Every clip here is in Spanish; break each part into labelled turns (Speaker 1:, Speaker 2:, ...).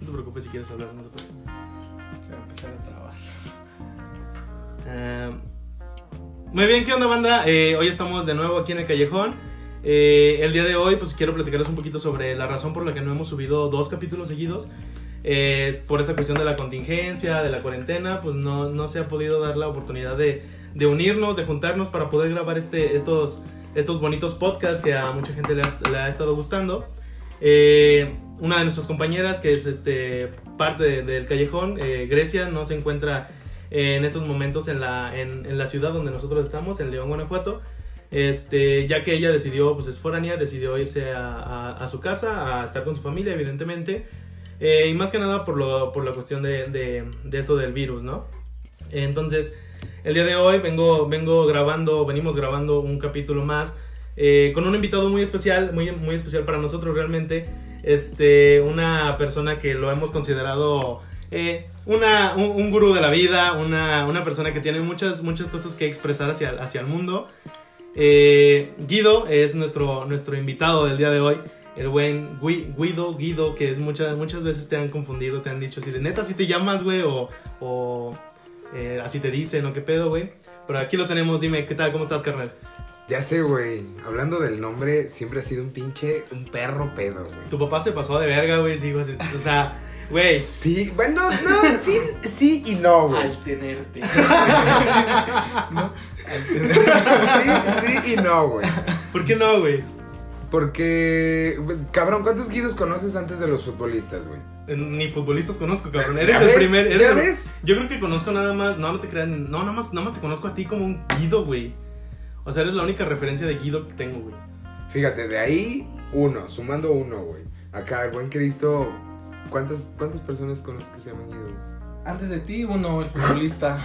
Speaker 1: después si quieres hablar nosotros.
Speaker 2: Se va a empezar a trabar.
Speaker 1: Ah, muy bien, ¿qué onda banda? Eh, hoy estamos de nuevo aquí en el callejón. Eh, el día de hoy pues quiero platicarles un poquito sobre la razón por la que no hemos subido dos capítulos seguidos. Eh, por esta cuestión de la contingencia, de la cuarentena, pues no, no se ha podido dar la oportunidad de, de unirnos, de juntarnos para poder grabar este, estos, estos bonitos podcasts que a mucha gente le ha, le ha estado gustando. Eh, una de nuestras compañeras, que es este, parte de- del callejón, eh, Grecia, no se encuentra eh, en estos momentos en la, en, en la ciudad donde nosotros estamos, en León, Guanajuato. Este, ya que ella decidió, pues es foránea, decidió irse a, a- a su casa, a estar con su familia, evidentemente. Eh, y más que nada por, lo, por la cuestión de, de, de esto del virus, ¿no? Entonces, el día de hoy vengo, vengo grabando, venimos grabando un capítulo más eh, con un invitado muy especial, muy, muy especial para nosotros realmente. Este, una persona que lo hemos considerado eh, una, un, un gurú de la vida, una, una persona que tiene muchas, muchas cosas que expresar hacia, hacia el mundo. Eh, Guido es nuestro, nuestro invitado del día de hoy. El buen Gui- Guido, Guido, que es muchas, muchas veces te han confundido, te han dicho así de neta, si te llamas, güey, o, o, eh, así te dicen, o qué pedo, güey. Pero aquí lo tenemos, dime, ¿qué tal? ¿Cómo estás, carnal?
Speaker 3: Ya sé, güey. Hablando del nombre, siempre ha sido un pinche, un perro pedo, güey.
Speaker 1: Tu papá se pasó de verga, güey. sí, güey, sí, o sea, güey.
Speaker 3: Sí, bueno, no, sí, sí y no, güey.
Speaker 2: Al tenerte.
Speaker 3: Sí, sí y no, güey.
Speaker 1: ¿Por qué no, güey?
Speaker 3: Porque, güey, cabrón, ¿cuántos guidos conoces antes de los futbolistas, güey?
Speaker 1: Ni futbolistas conozco, cabrón. Eres
Speaker 3: ¿Ya
Speaker 1: el
Speaker 3: ves?
Speaker 1: primer. eres
Speaker 3: ¿Ya
Speaker 1: el-
Speaker 3: ves?
Speaker 1: Yo creo que conozco nada más. No, no te creas. No, nada más, nada más te conozco a ti como un Guido, güey. O sea, eres la única referencia de Guido que tengo, güey.
Speaker 3: Fíjate, de ahí, uno, sumando uno, güey. Acá, el buen Cristo, ¿cuántas, cuántas personas conoces que se llaman guido, güey?
Speaker 2: Antes de ti, uno, el futbolista.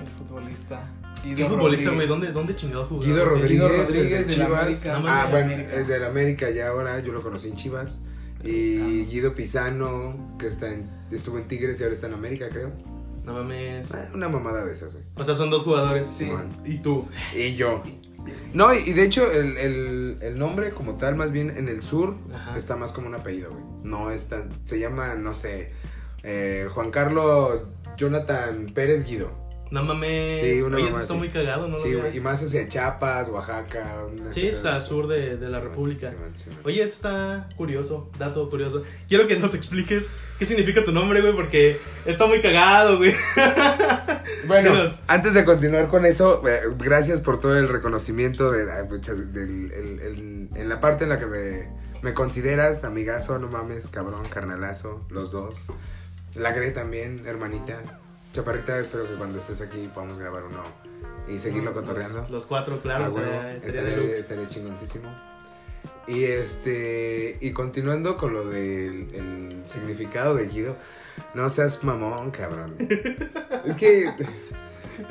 Speaker 2: El futbolista. Guido
Speaker 1: ¿Qué futbolista, güey?
Speaker 2: Rodríguez.
Speaker 1: ¿Dónde, ¿Dónde chingados jugaba?
Speaker 3: Guido
Speaker 1: güey?
Speaker 3: Rodríguez,
Speaker 2: Rodríguez
Speaker 3: el de
Speaker 2: de la
Speaker 3: Chivas.
Speaker 2: América.
Speaker 3: ah,
Speaker 2: De la
Speaker 3: bueno,
Speaker 2: América.
Speaker 3: el del América ya ahora, yo lo conocí en Chivas. Y Guido Pisano, que está en, estuvo en Tigres y ahora está en América, creo.
Speaker 1: No mames.
Speaker 3: Ah, Una mamada de esas, güey.
Speaker 1: O sea, son dos jugadores.
Speaker 2: Sí.
Speaker 3: Simón.
Speaker 1: Y tú.
Speaker 3: Y yo. No, y, y de hecho, el, el- el nombre como tal, más bien en el sur,
Speaker 1: Ajá.
Speaker 3: está más como un apellido, güey. No es tan. Se llama, no sé, eh, Juan Carlos Jonathan Pérez Guido.
Speaker 1: No mames.
Speaker 3: Sí, una
Speaker 1: Oye, eso
Speaker 3: mamá
Speaker 1: está
Speaker 3: así.
Speaker 1: muy cagado, ¿no?
Speaker 3: sí, güey.
Speaker 1: Lo
Speaker 3: Y pues,
Speaker 1: veas.
Speaker 3: más hacia Chiapas, Oaxaca. una
Speaker 1: Sí, es
Speaker 3: ciudad-
Speaker 1: al sur de, de la
Speaker 3: Simón,
Speaker 1: República.
Speaker 3: Simón, Simón.
Speaker 1: Oye, eso está curioso, dato curioso. Quiero que nos expliques qué significa tu nombre, güey, porque está muy cagado, güey.
Speaker 3: Bueno,
Speaker 1: Dinos.
Speaker 3: antes de continuar con eso, eh, gracias por todo el reconocimiento de, ay, muchas- del- el- el- en la parte en la que me, me consideras amigazo, no mames, cabrón, carnalazo, los dos. La Gre también, hermanita. Chaparrita, espero que cuando estés aquí podamos grabar uno y seguirlo cotorreando.
Speaker 1: Los, los cuatro, claro,
Speaker 3: Ah,
Speaker 1: sería-
Speaker 3: huevo,
Speaker 1: sería
Speaker 3: estaría-
Speaker 1: deluxe.
Speaker 3: estaría chingoncísimo. Y este. Y continuando con lo del el significado de Guido. No seas mamón, cabrón. es que.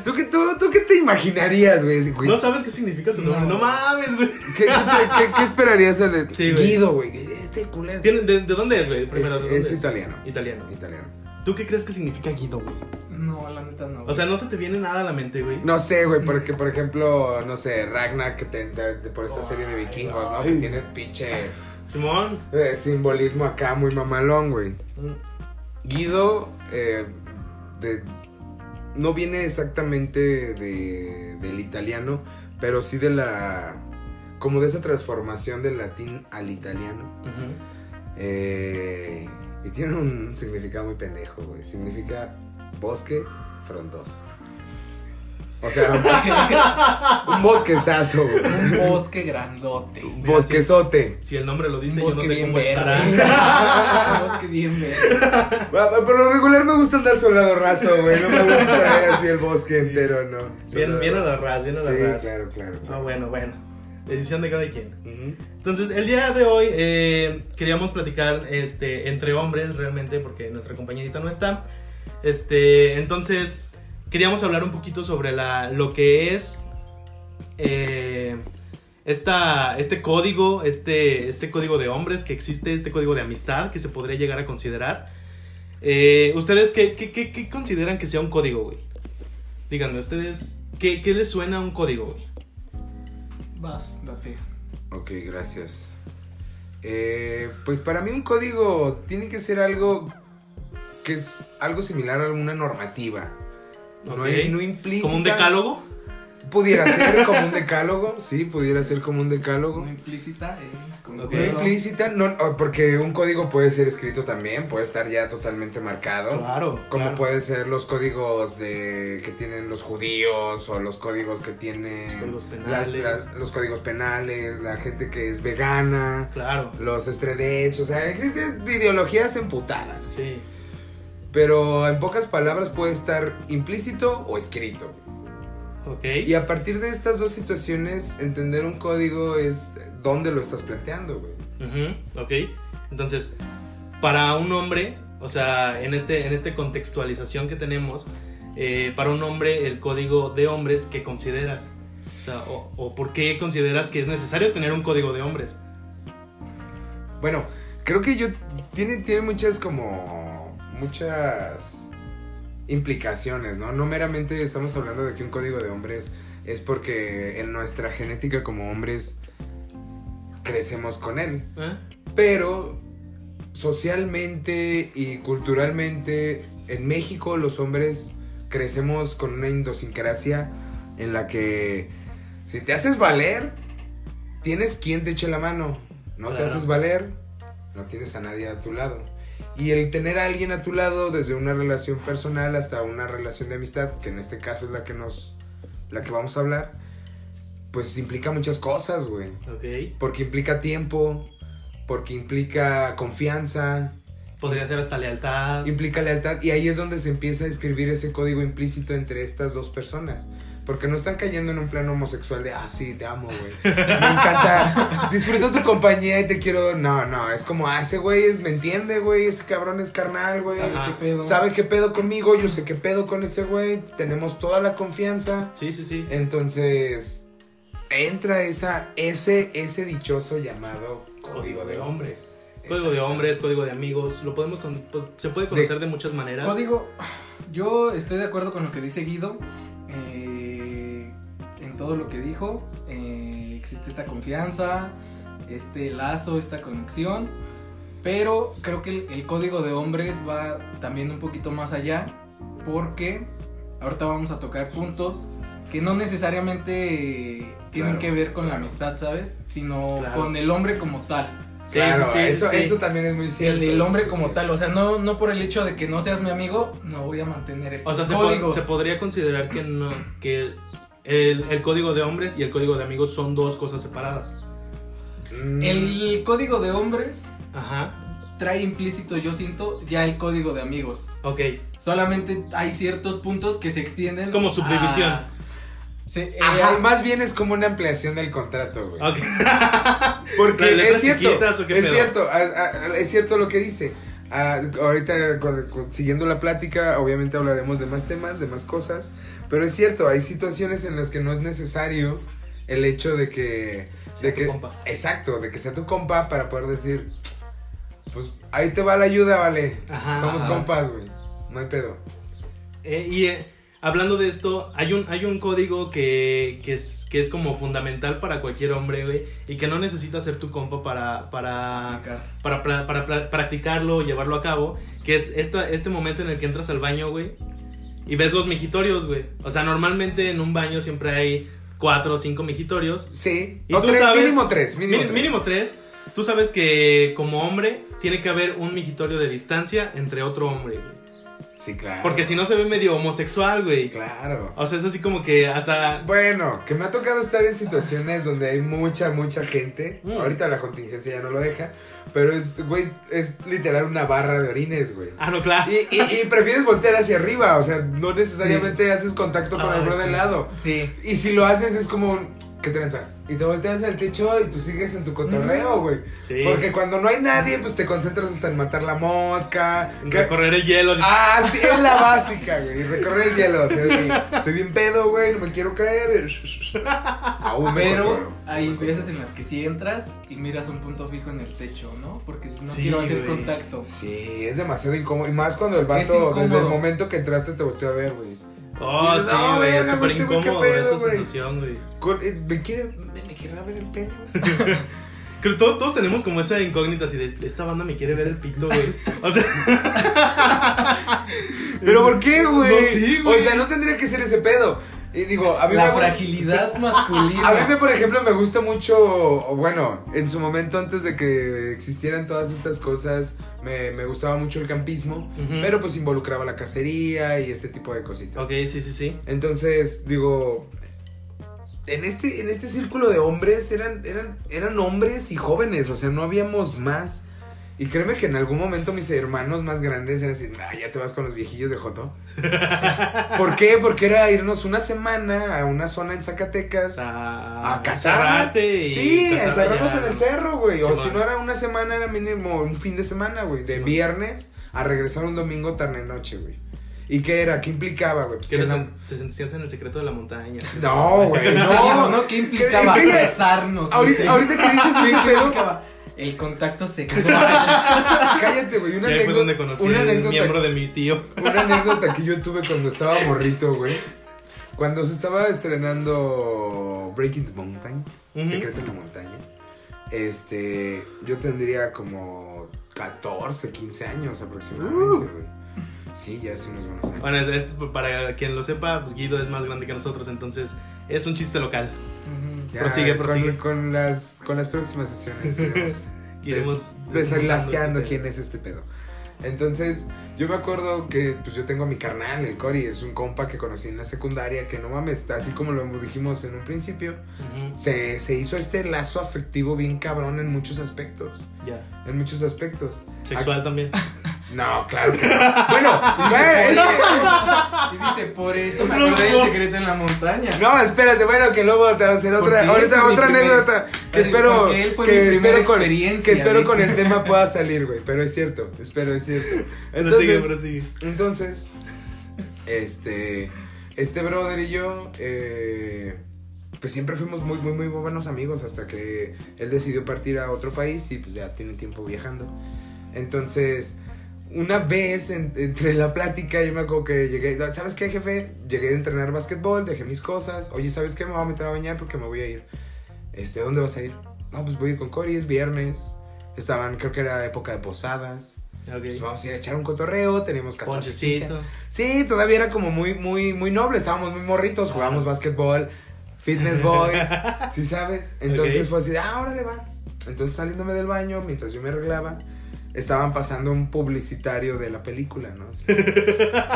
Speaker 3: ¿Tú qué, tú, tú qué te imaginarías, güey? Así, güey,
Speaker 1: No sabes qué significa su nombre. No,
Speaker 2: No.
Speaker 1: mames, güey.
Speaker 3: ¿Qué, qué, te- qué- qué esperarías de
Speaker 1: Sí, güey.
Speaker 3: Guido, güey? Este culero.
Speaker 1: ¿Tiene- ¿De, de dónde es, güey?
Speaker 3: Es,
Speaker 1: Primero, ¿de dónde
Speaker 3: es italiano.
Speaker 1: Italiano.
Speaker 3: Italiano.
Speaker 1: ¿Tú qué crees que significa Guido, güey?
Speaker 2: No, la neta no.
Speaker 1: O sea, no se te viene nada a la mente, güey.
Speaker 3: No sé, güey, porque por ejemplo, no sé, Ragnar, que te- te- te- por esta serie de
Speaker 2: Ay,
Speaker 3: vikingos, ¿no?
Speaker 2: ay.
Speaker 3: Que tiene pinche
Speaker 1: Simón. Mm,
Speaker 3: eh, simbolismo acá muy mamalón, güey. Guido eh, de- no viene exactamente de- del italiano, pero sí de la. como de esa transformación del latín al italiano.
Speaker 1: Ujú.
Speaker 3: Eh, y tiene un significado muy pendejo, güey. Significa bosque frondoso. O sea, un bosquezazo, güey.
Speaker 2: un bosque grandote.
Speaker 3: Un
Speaker 2: Un
Speaker 3: bosquezote.
Speaker 1: Si el nombre lo dice, yo no
Speaker 2: bosque
Speaker 1: sé
Speaker 2: bien
Speaker 1: cómo
Speaker 2: verde.
Speaker 1: estará.
Speaker 2: Un bosque bien verde.
Speaker 3: Por lo regular me gusta andar soldado raso, güey. No me gusta traer así el bosque entero, no.
Speaker 1: Bien,
Speaker 3: Soldado
Speaker 1: bien a
Speaker 3: raso.
Speaker 1: la ras, bien a la
Speaker 3: Sí,
Speaker 1: ras.
Speaker 3: claro, claro.
Speaker 1: Ah,
Speaker 3: claro.
Speaker 1: bueno, bueno. Decisión de cada quien.
Speaker 3: Ujú.
Speaker 1: Entonces, el día de hoy eh, queríamos platicar este, entre hombres realmente, porque nuestra compañerita no está. Este, entonces, queríamos hablar un poquito sobre la, lo que es eh, esta, este código, este, este código de hombres que existe, este código de amistad que se podría llegar a considerar. Eh, ¿Ustedes qué, qué, qué- qué consideran que sea un código, güey? Díganme, ¿ustedes qué, qué les suena a un código, güey?
Speaker 2: Vas, date.
Speaker 3: Ok, gracias. Eh, pues para mí un código tiene que ser algo que es algo similar a una normativa. No,
Speaker 1: Ok.
Speaker 3: hay- no implica.
Speaker 1: Como un decálogo.
Speaker 3: Pudiera ser como un decálogo, sí, pudiera ser como un decálogo.
Speaker 2: Como implícita, eh, como
Speaker 1: Ok.
Speaker 3: No implícita, no, no, porque un código puede ser escrito también, puede estar ya totalmente marcado.
Speaker 1: Claro.
Speaker 3: Como
Speaker 1: claro.
Speaker 3: puede ser los códigos de que tienen los judíos o los códigos que tienen
Speaker 1: Los códigos
Speaker 3: las-
Speaker 1: penales.
Speaker 3: las- los códigos penales, la gente que es vegana,
Speaker 1: Claro.
Speaker 3: los estredechos, o sea, existen ideologías emputadas.
Speaker 1: Sí.
Speaker 3: Pero en pocas palabras puede estar implícito o escrito.
Speaker 1: Ok.
Speaker 3: Y a partir de estas dos situaciones, entender un código es dónde lo estás planteando, güey.
Speaker 1: Ujú, Ok. Entonces, para un hombre, o sea, en este, en este contextualización que tenemos, eh, para un hombre, el código de hombres que consideras. O sea, o, o por qué consideras que es necesario tener un código de hombres.
Speaker 3: Bueno, creo que yo tiene, tiene muchas como muchas implicaciones, ¿no? No meramente estamos hablando de que un código de hombres es porque en nuestra genética como hombres crecemos con él,
Speaker 1: ¿eh?
Speaker 3: pero socialmente y culturalmente en México los hombres crecemos con una idiosincrasia en la que si te haces valer, tienes quien te eche la mano. No te
Speaker 1: Claro.
Speaker 3: haces valer, no tienes a nadie a tu lado. Y el tener a alguien a tu lado, desde una relación personal hasta una relación de amistad, que en este caso es la que nos, la que vamos a hablar, pues implica muchas cosas, güey.
Speaker 1: Ok.
Speaker 3: Porque implica tiempo, porque implica confianza,
Speaker 1: Podría ser hasta lealtad.
Speaker 3: implica lealtad. Y ahí es donde se empieza a escribir ese código implícito entre estas dos personas. Porque no están cayendo en un plano homosexual de, ah, sí, te amo, güey. Me encanta. Disfruto tu compañía y te quiero. No, no, es como, ah, ese güey es- me entiende, güey. Ese cabrón es carnal, güey.
Speaker 2: ¿Sabe
Speaker 1: Ajá.
Speaker 2: qué pedo?
Speaker 3: Sabe qué pedo conmigo, yo sé qué pedo con ese güey. Tenemos toda la confianza.
Speaker 1: Sí, sí,
Speaker 3: Eh,
Speaker 1: sí.
Speaker 3: Entonces, entra esa, ese, ese dichoso llamado código de hombres.
Speaker 1: Código de hombres, código de amigos. Lo podemos con- se puede conocer de, muchas maneras.
Speaker 2: Código, yo estoy de acuerdo con lo que dice Guido. eh, en todo lo que dijo, eh, existe esta confianza, este lazo, esta conexión. Pero creo que el, el código de hombres va también un poquito más allá. Porque ahorita vamos a tocar puntos que no necesariamente tienen
Speaker 3: Claro,
Speaker 2: que ver con
Speaker 3: claro.
Speaker 2: la amistad, ¿sabes? Sino
Speaker 1: Claro.
Speaker 2: con el hombre como tal.
Speaker 1: Sí,
Speaker 3: Claro,
Speaker 1: sí, sí,
Speaker 3: eso,
Speaker 1: sí. pues,
Speaker 3: eso también es muy cierto.
Speaker 2: el, el
Speaker 3: eso
Speaker 2: hombre
Speaker 3: es muy
Speaker 2: como
Speaker 3: cierto.
Speaker 2: tal, o sea, no, no por el hecho de que no seas mi amigo, no voy a mantener
Speaker 1: O
Speaker 2: estos
Speaker 1: sea, se, po-
Speaker 2: códigos.
Speaker 1: se podría considerar que no, que el, el código de hombres y el código de amigos son dos cosas separadas.
Speaker 3: Mm,
Speaker 2: El código de hombres
Speaker 1: Ajá.
Speaker 2: trae implícito, yo siento, ya el código de amigos.
Speaker 1: Ok.
Speaker 2: Solamente hay ciertos puntos que se extienden.
Speaker 1: Es como subdivisión.
Speaker 2: a- Sí, eh,
Speaker 3: Ajá,
Speaker 2: hay-
Speaker 3: más bien es como una ampliación del contrato, güey.
Speaker 1: Ok.
Speaker 3: Porque
Speaker 1: ¿Las letras
Speaker 3: es cierto,
Speaker 1: chiquitas o
Speaker 3: es
Speaker 1: qué pedo?
Speaker 3: cierto, a- a- es cierto lo que dice. Ah, ahorita con- con- siguiendo la plática, obviamente hablaremos de más temas, de más cosas, pero es cierto, hay situaciones en las que no es necesario el hecho de que,
Speaker 1: Sea
Speaker 3: de
Speaker 1: tu
Speaker 3: que
Speaker 1: compa.
Speaker 3: exacto, de que sea tu compa para poder decir, pues ahí te va la ayuda, vale,
Speaker 1: Ajá.
Speaker 3: somos
Speaker 2: Ajá.
Speaker 3: compas, güey, no hay pedo.
Speaker 1: Eh, y eh, hablando de esto, hay un, hay un código que, que, es, que es como fundamental para cualquier hombre, güey. Y que no necesita ser tu compa para, para, para, pra- para pra- practicarlo, llevarlo a cabo, que es esta, este momento en el que entras al baño, güey, y ves los mijitorios, güey. O sea, normalmente en un baño siempre hay cuatro o cinco mijitorios.
Speaker 3: Sí,
Speaker 1: ¿Y
Speaker 3: o
Speaker 1: tú
Speaker 3: tres,
Speaker 1: sabes?
Speaker 3: mínimo tres, mínimo,
Speaker 1: Mínimo,
Speaker 3: tres.
Speaker 1: mínimo tres. Tú sabes que como hombre tiene que haber un mijitorio de distancia entre otro hombre, güey.
Speaker 3: Sí, claro.
Speaker 1: Porque si no se ve medio homosexual, güey.
Speaker 3: Claro.
Speaker 1: O sea, es así como que hasta...
Speaker 3: Bueno, que me ha tocado estar en situaciones donde hay mucha, mucha gente.
Speaker 1: Mm.
Speaker 3: Ahorita la contingencia ya no lo deja. Pero es, güey, es literal una barra de orines, güey.
Speaker 1: Ah, no, claro.
Speaker 3: Y, y- y prefieres voltear hacia arriba, o sea, no necesariamente haces contacto con
Speaker 1: Ah,
Speaker 3: el bro
Speaker 1: sí.
Speaker 3: del lado.
Speaker 2: Sí.
Speaker 3: Y si lo haces es como un... ¿Qué tranza? Y te volteas al techo y tú sigues en tu cotorreo, güey.
Speaker 1: Sí.
Speaker 3: Porque cuando no hay nadie, pues te concentras hasta en matar la mosca. que-
Speaker 1: Recorrer el hielo. así-
Speaker 3: Ah, sí, es la básica, güey. Recorrer el hielo. o sea, sí, soy bien pedo, güey. No me quiero caer. Aún me
Speaker 2: Pero
Speaker 3: controlo.
Speaker 2: hay veces en las que sí entras y miras un punto fijo en el techo, ¿no? Porque no
Speaker 1: Sí,
Speaker 2: quiero hacer
Speaker 1: güey.
Speaker 2: contacto.
Speaker 3: Sí, es demasiado incómodo. Y más cuando el
Speaker 2: Es
Speaker 3: vato,
Speaker 2: incómodo.
Speaker 3: desde el momento que entraste, te volteó a ver, güey.
Speaker 1: Oh,
Speaker 3: Dices,
Speaker 1: sí,
Speaker 3: "No,
Speaker 1: güey.
Speaker 3: verga,
Speaker 1: Súper
Speaker 3: este güey, qué
Speaker 1: incómodo
Speaker 3: pedo,
Speaker 1: esa
Speaker 3: güey".
Speaker 1: sensación, güey.
Speaker 3: Con- eh, me quiere. Me, me querrá ver el pene, güey.
Speaker 1: Creo que todos, todos tenemos como esa incógnita así de esta banda me quiere ver el pito, güey. O sea,
Speaker 3: ¿Pero por qué, güey?
Speaker 1: No, sí,
Speaker 3: O
Speaker 1: güey.
Speaker 3: sea, no tendría que ser ese pedo. Y digo, a mí
Speaker 2: La
Speaker 3: me
Speaker 2: fragilidad masculina.
Speaker 3: A mí, me, por ejemplo, me gusta mucho, o bueno, en su momento antes de que existieran todas estas cosas, me, me gustaba mucho el campismo,
Speaker 1: Ujú.
Speaker 3: pero pues involucraba la cacería y este tipo de cositas.
Speaker 1: ok, sí, sí, sí.
Speaker 3: Entonces, digo, en este, en este círculo de hombres eran, eran, eran hombres y jóvenes, o sea, no habíamos más. Y créeme que en algún momento mis hermanos más grandes eran así, "Nah, ya te vas con los viejillos de Joto. ¿Por qué? Porque era irnos una semana a una zona en
Speaker 1: Ah.
Speaker 3: Zacatecas
Speaker 1: A,
Speaker 3: a cazar.
Speaker 1: encerrarte y
Speaker 3: Sí,
Speaker 1: cazar
Speaker 3: encerrarnos
Speaker 1: allá,
Speaker 3: en
Speaker 1: ¿no?
Speaker 3: el cerro, güey. O
Speaker 1: Sí,
Speaker 3: si
Speaker 1: va.
Speaker 3: no era una semana, era mínimo un fin de semana, güey. De
Speaker 1: Sí, va.
Speaker 3: viernes a regresar un domingo tarde noche, güey. ¿Y qué era? ¿Qué implicaba, güey? Pues
Speaker 1: Que
Speaker 3: que
Speaker 1: los-
Speaker 3: la-
Speaker 1: se sentían en el secreto de la montaña.
Speaker 3: No, güey,
Speaker 2: No,
Speaker 3: no,
Speaker 2: no, ¿qué implicaba
Speaker 3: ¿Qué- qué-
Speaker 2: besarnos?
Speaker 3: Ahorita, ahorita que dices
Speaker 2: ¿Qué
Speaker 3: ese pedo,
Speaker 2: implicaba? Ah, El contacto sexual.
Speaker 3: cállate, güey.
Speaker 1: Y
Speaker 3: Una
Speaker 1: ahí fue donde
Speaker 3: anécdota,
Speaker 1: conocí
Speaker 3: una
Speaker 1: a un
Speaker 3: anécdota-
Speaker 1: miembro de mi tío.
Speaker 3: una anécdota que yo tuve cuando estaba morrito, güey. Cuando se estaba estrenando Breaking the Mountain,
Speaker 1: Ujú.
Speaker 3: Secreto en la Montaña, este, yo tendría como 14, 15 años
Speaker 1: Uh.
Speaker 3: aproximadamente, güey. Sí, ya hace unos buenos años.
Speaker 1: Bueno, es, es para quien lo sepa, pues Guido es más grande que nosotros, entonces es un chiste local.
Speaker 2: Ujú.
Speaker 3: Ya,
Speaker 1: prosigue,
Speaker 3: con-
Speaker 1: prosigue.
Speaker 3: Con, las, con las próximas sesiones iremos
Speaker 1: Iremos
Speaker 3: des- desenlasqueando
Speaker 1: desmenuzando
Speaker 3: quién es este pedo. Entonces, yo me acuerdo que pues yo tengo a mi carnal, el Cory, es un compa que conocí en la secundaria, que no mames, así como lo dijimos en un principio,
Speaker 1: Ujú,
Speaker 3: se, se hizo este lazo afectivo bien cabrón en muchos aspectos,
Speaker 1: Ya.
Speaker 3: en muchos aspectos.
Speaker 1: Sexual también.
Speaker 3: No, claro que no. Bueno, eh, güey, es que-
Speaker 2: Y dice, por eso me acordé del secreto en la montaña.
Speaker 3: No, espérate, bueno, que luego te va a hacer
Speaker 2: ¿Por
Speaker 3: otra,
Speaker 2: qué?
Speaker 3: ahorita,
Speaker 2: Fue mi
Speaker 3: otra
Speaker 2: primer-
Speaker 3: anécdota que
Speaker 2: Así,
Speaker 3: espero,
Speaker 2: porque él fue mi
Speaker 3: que,
Speaker 2: primera
Speaker 3: espero con,
Speaker 2: experiencia,
Speaker 3: que espero
Speaker 2: dice.
Speaker 3: con el tema pueda salir, güey, pero es cierto, espero, es cierto.
Speaker 1: Entonces,
Speaker 3: Entonces, entonces, este, este brother y yo, eh, pues siempre fuimos muy, muy, muy buenos amigos hasta que él decidió partir a otro país y pues, ya tiene tiempo viajando. Entonces, una vez en- entre la plática, yo me acuerdo que llegué, ¿sabes qué, jefe? Llegué a entrenar básquetbol, dejé mis cosas. Oye, ¿sabes qué? Me voy a meter a bañar porque me voy a ir. Este, ¿dónde vas a ir? No, pues voy a ir con Cory, es viernes. Estaban, creo que era época de posadas. Pues
Speaker 1: Ok.
Speaker 3: vamos a ir a echar un cotorreo, tenemos 14, 15.
Speaker 1: Ponchecito.
Speaker 3: Sí, todavía era como muy, muy, muy noble. Estábamos muy morritos, jugábamos básquetbol, fitness boys, ¿sí sabes? Entonces
Speaker 1: Ok.
Speaker 3: fue así, de, ah, órale, va. Entonces saliéndome del baño, mientras yo me arreglaba, estaban pasando un publicitario de la película, ¿no? Así.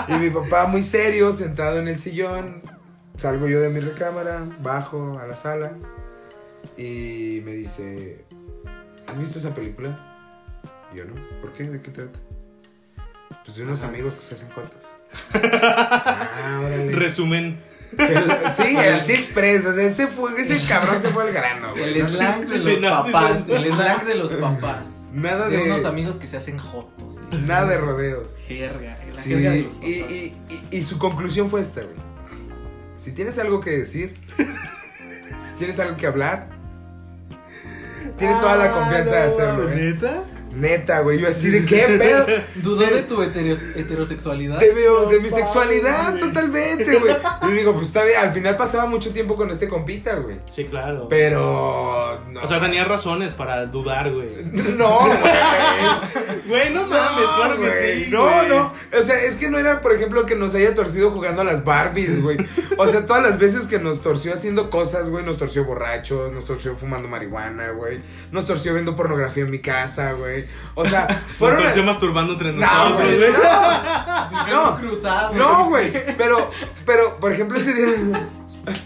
Speaker 3: Y mi papá muy serio, sentado en el sillón, salgo yo de mi recámara, bajo a la sala y me dice, ¿has visto esa película? Y yo no, ¿por qué? ¿De qué trata? Pues de unos
Speaker 1: Ajá.
Speaker 3: amigos que se hacen cuantos. ah, órale.
Speaker 1: Resumen.
Speaker 3: El- sí, el Six Press, o sea, ese, fue, ese cabrón se fue al grano, güey.
Speaker 2: El slang de
Speaker 1: Sí,
Speaker 2: los
Speaker 1: no, sí,
Speaker 2: papás.
Speaker 1: no.
Speaker 2: El slang de los papás.
Speaker 3: Nada de,
Speaker 2: De unos amigos que se hacen jotos.
Speaker 3: nada de rodeos.
Speaker 2: Jerga. La
Speaker 3: Sí,
Speaker 2: jerga de los
Speaker 3: y,
Speaker 2: papás.
Speaker 3: y- y- y su conclusión fue esta, güey. Si tienes algo que decir, si tienes algo que hablar, tienes toda
Speaker 2: Ah,
Speaker 3: la confianza de hacerlo, ¿eh? güey.
Speaker 1: ¿Neta?
Speaker 3: Neta, güey, yo así de qué pedo.
Speaker 2: ¿Dudó de tu heteros- heterosexualidad?
Speaker 3: De mi, de mi
Speaker 1: No,
Speaker 3: sexualidad,
Speaker 1: padre.
Speaker 3: totalmente, güey. Y digo, pues está bien, al final pasaba mucho tiempo con este compita, güey.
Speaker 1: Sí, claro.
Speaker 3: Pero. No.
Speaker 1: O sea, tenía razones para dudar, güey.
Speaker 3: No, güey.
Speaker 1: Güey, no mames, claro que
Speaker 3: güey.
Speaker 1: sí.
Speaker 3: No,
Speaker 1: güey.
Speaker 3: no. O sea, es que no era, por ejemplo, que nos haya torcido jugando a las Barbies, güey. O sea, todas las veces que nos torció haciendo cosas, güey, nos torció borrachos, nos torció fumando marihuana, güey. Nos torció viendo pornografía en mi casa, güey. O sea,
Speaker 1: Nos
Speaker 3: fueron.
Speaker 1: torció masturbando entre
Speaker 3: No,
Speaker 1: nosotros,
Speaker 3: güey,
Speaker 1: güey.
Speaker 2: Vivieron
Speaker 3: no.
Speaker 2: cruzados.
Speaker 3: No, güey. Pero, pero, por ejemplo, ese día.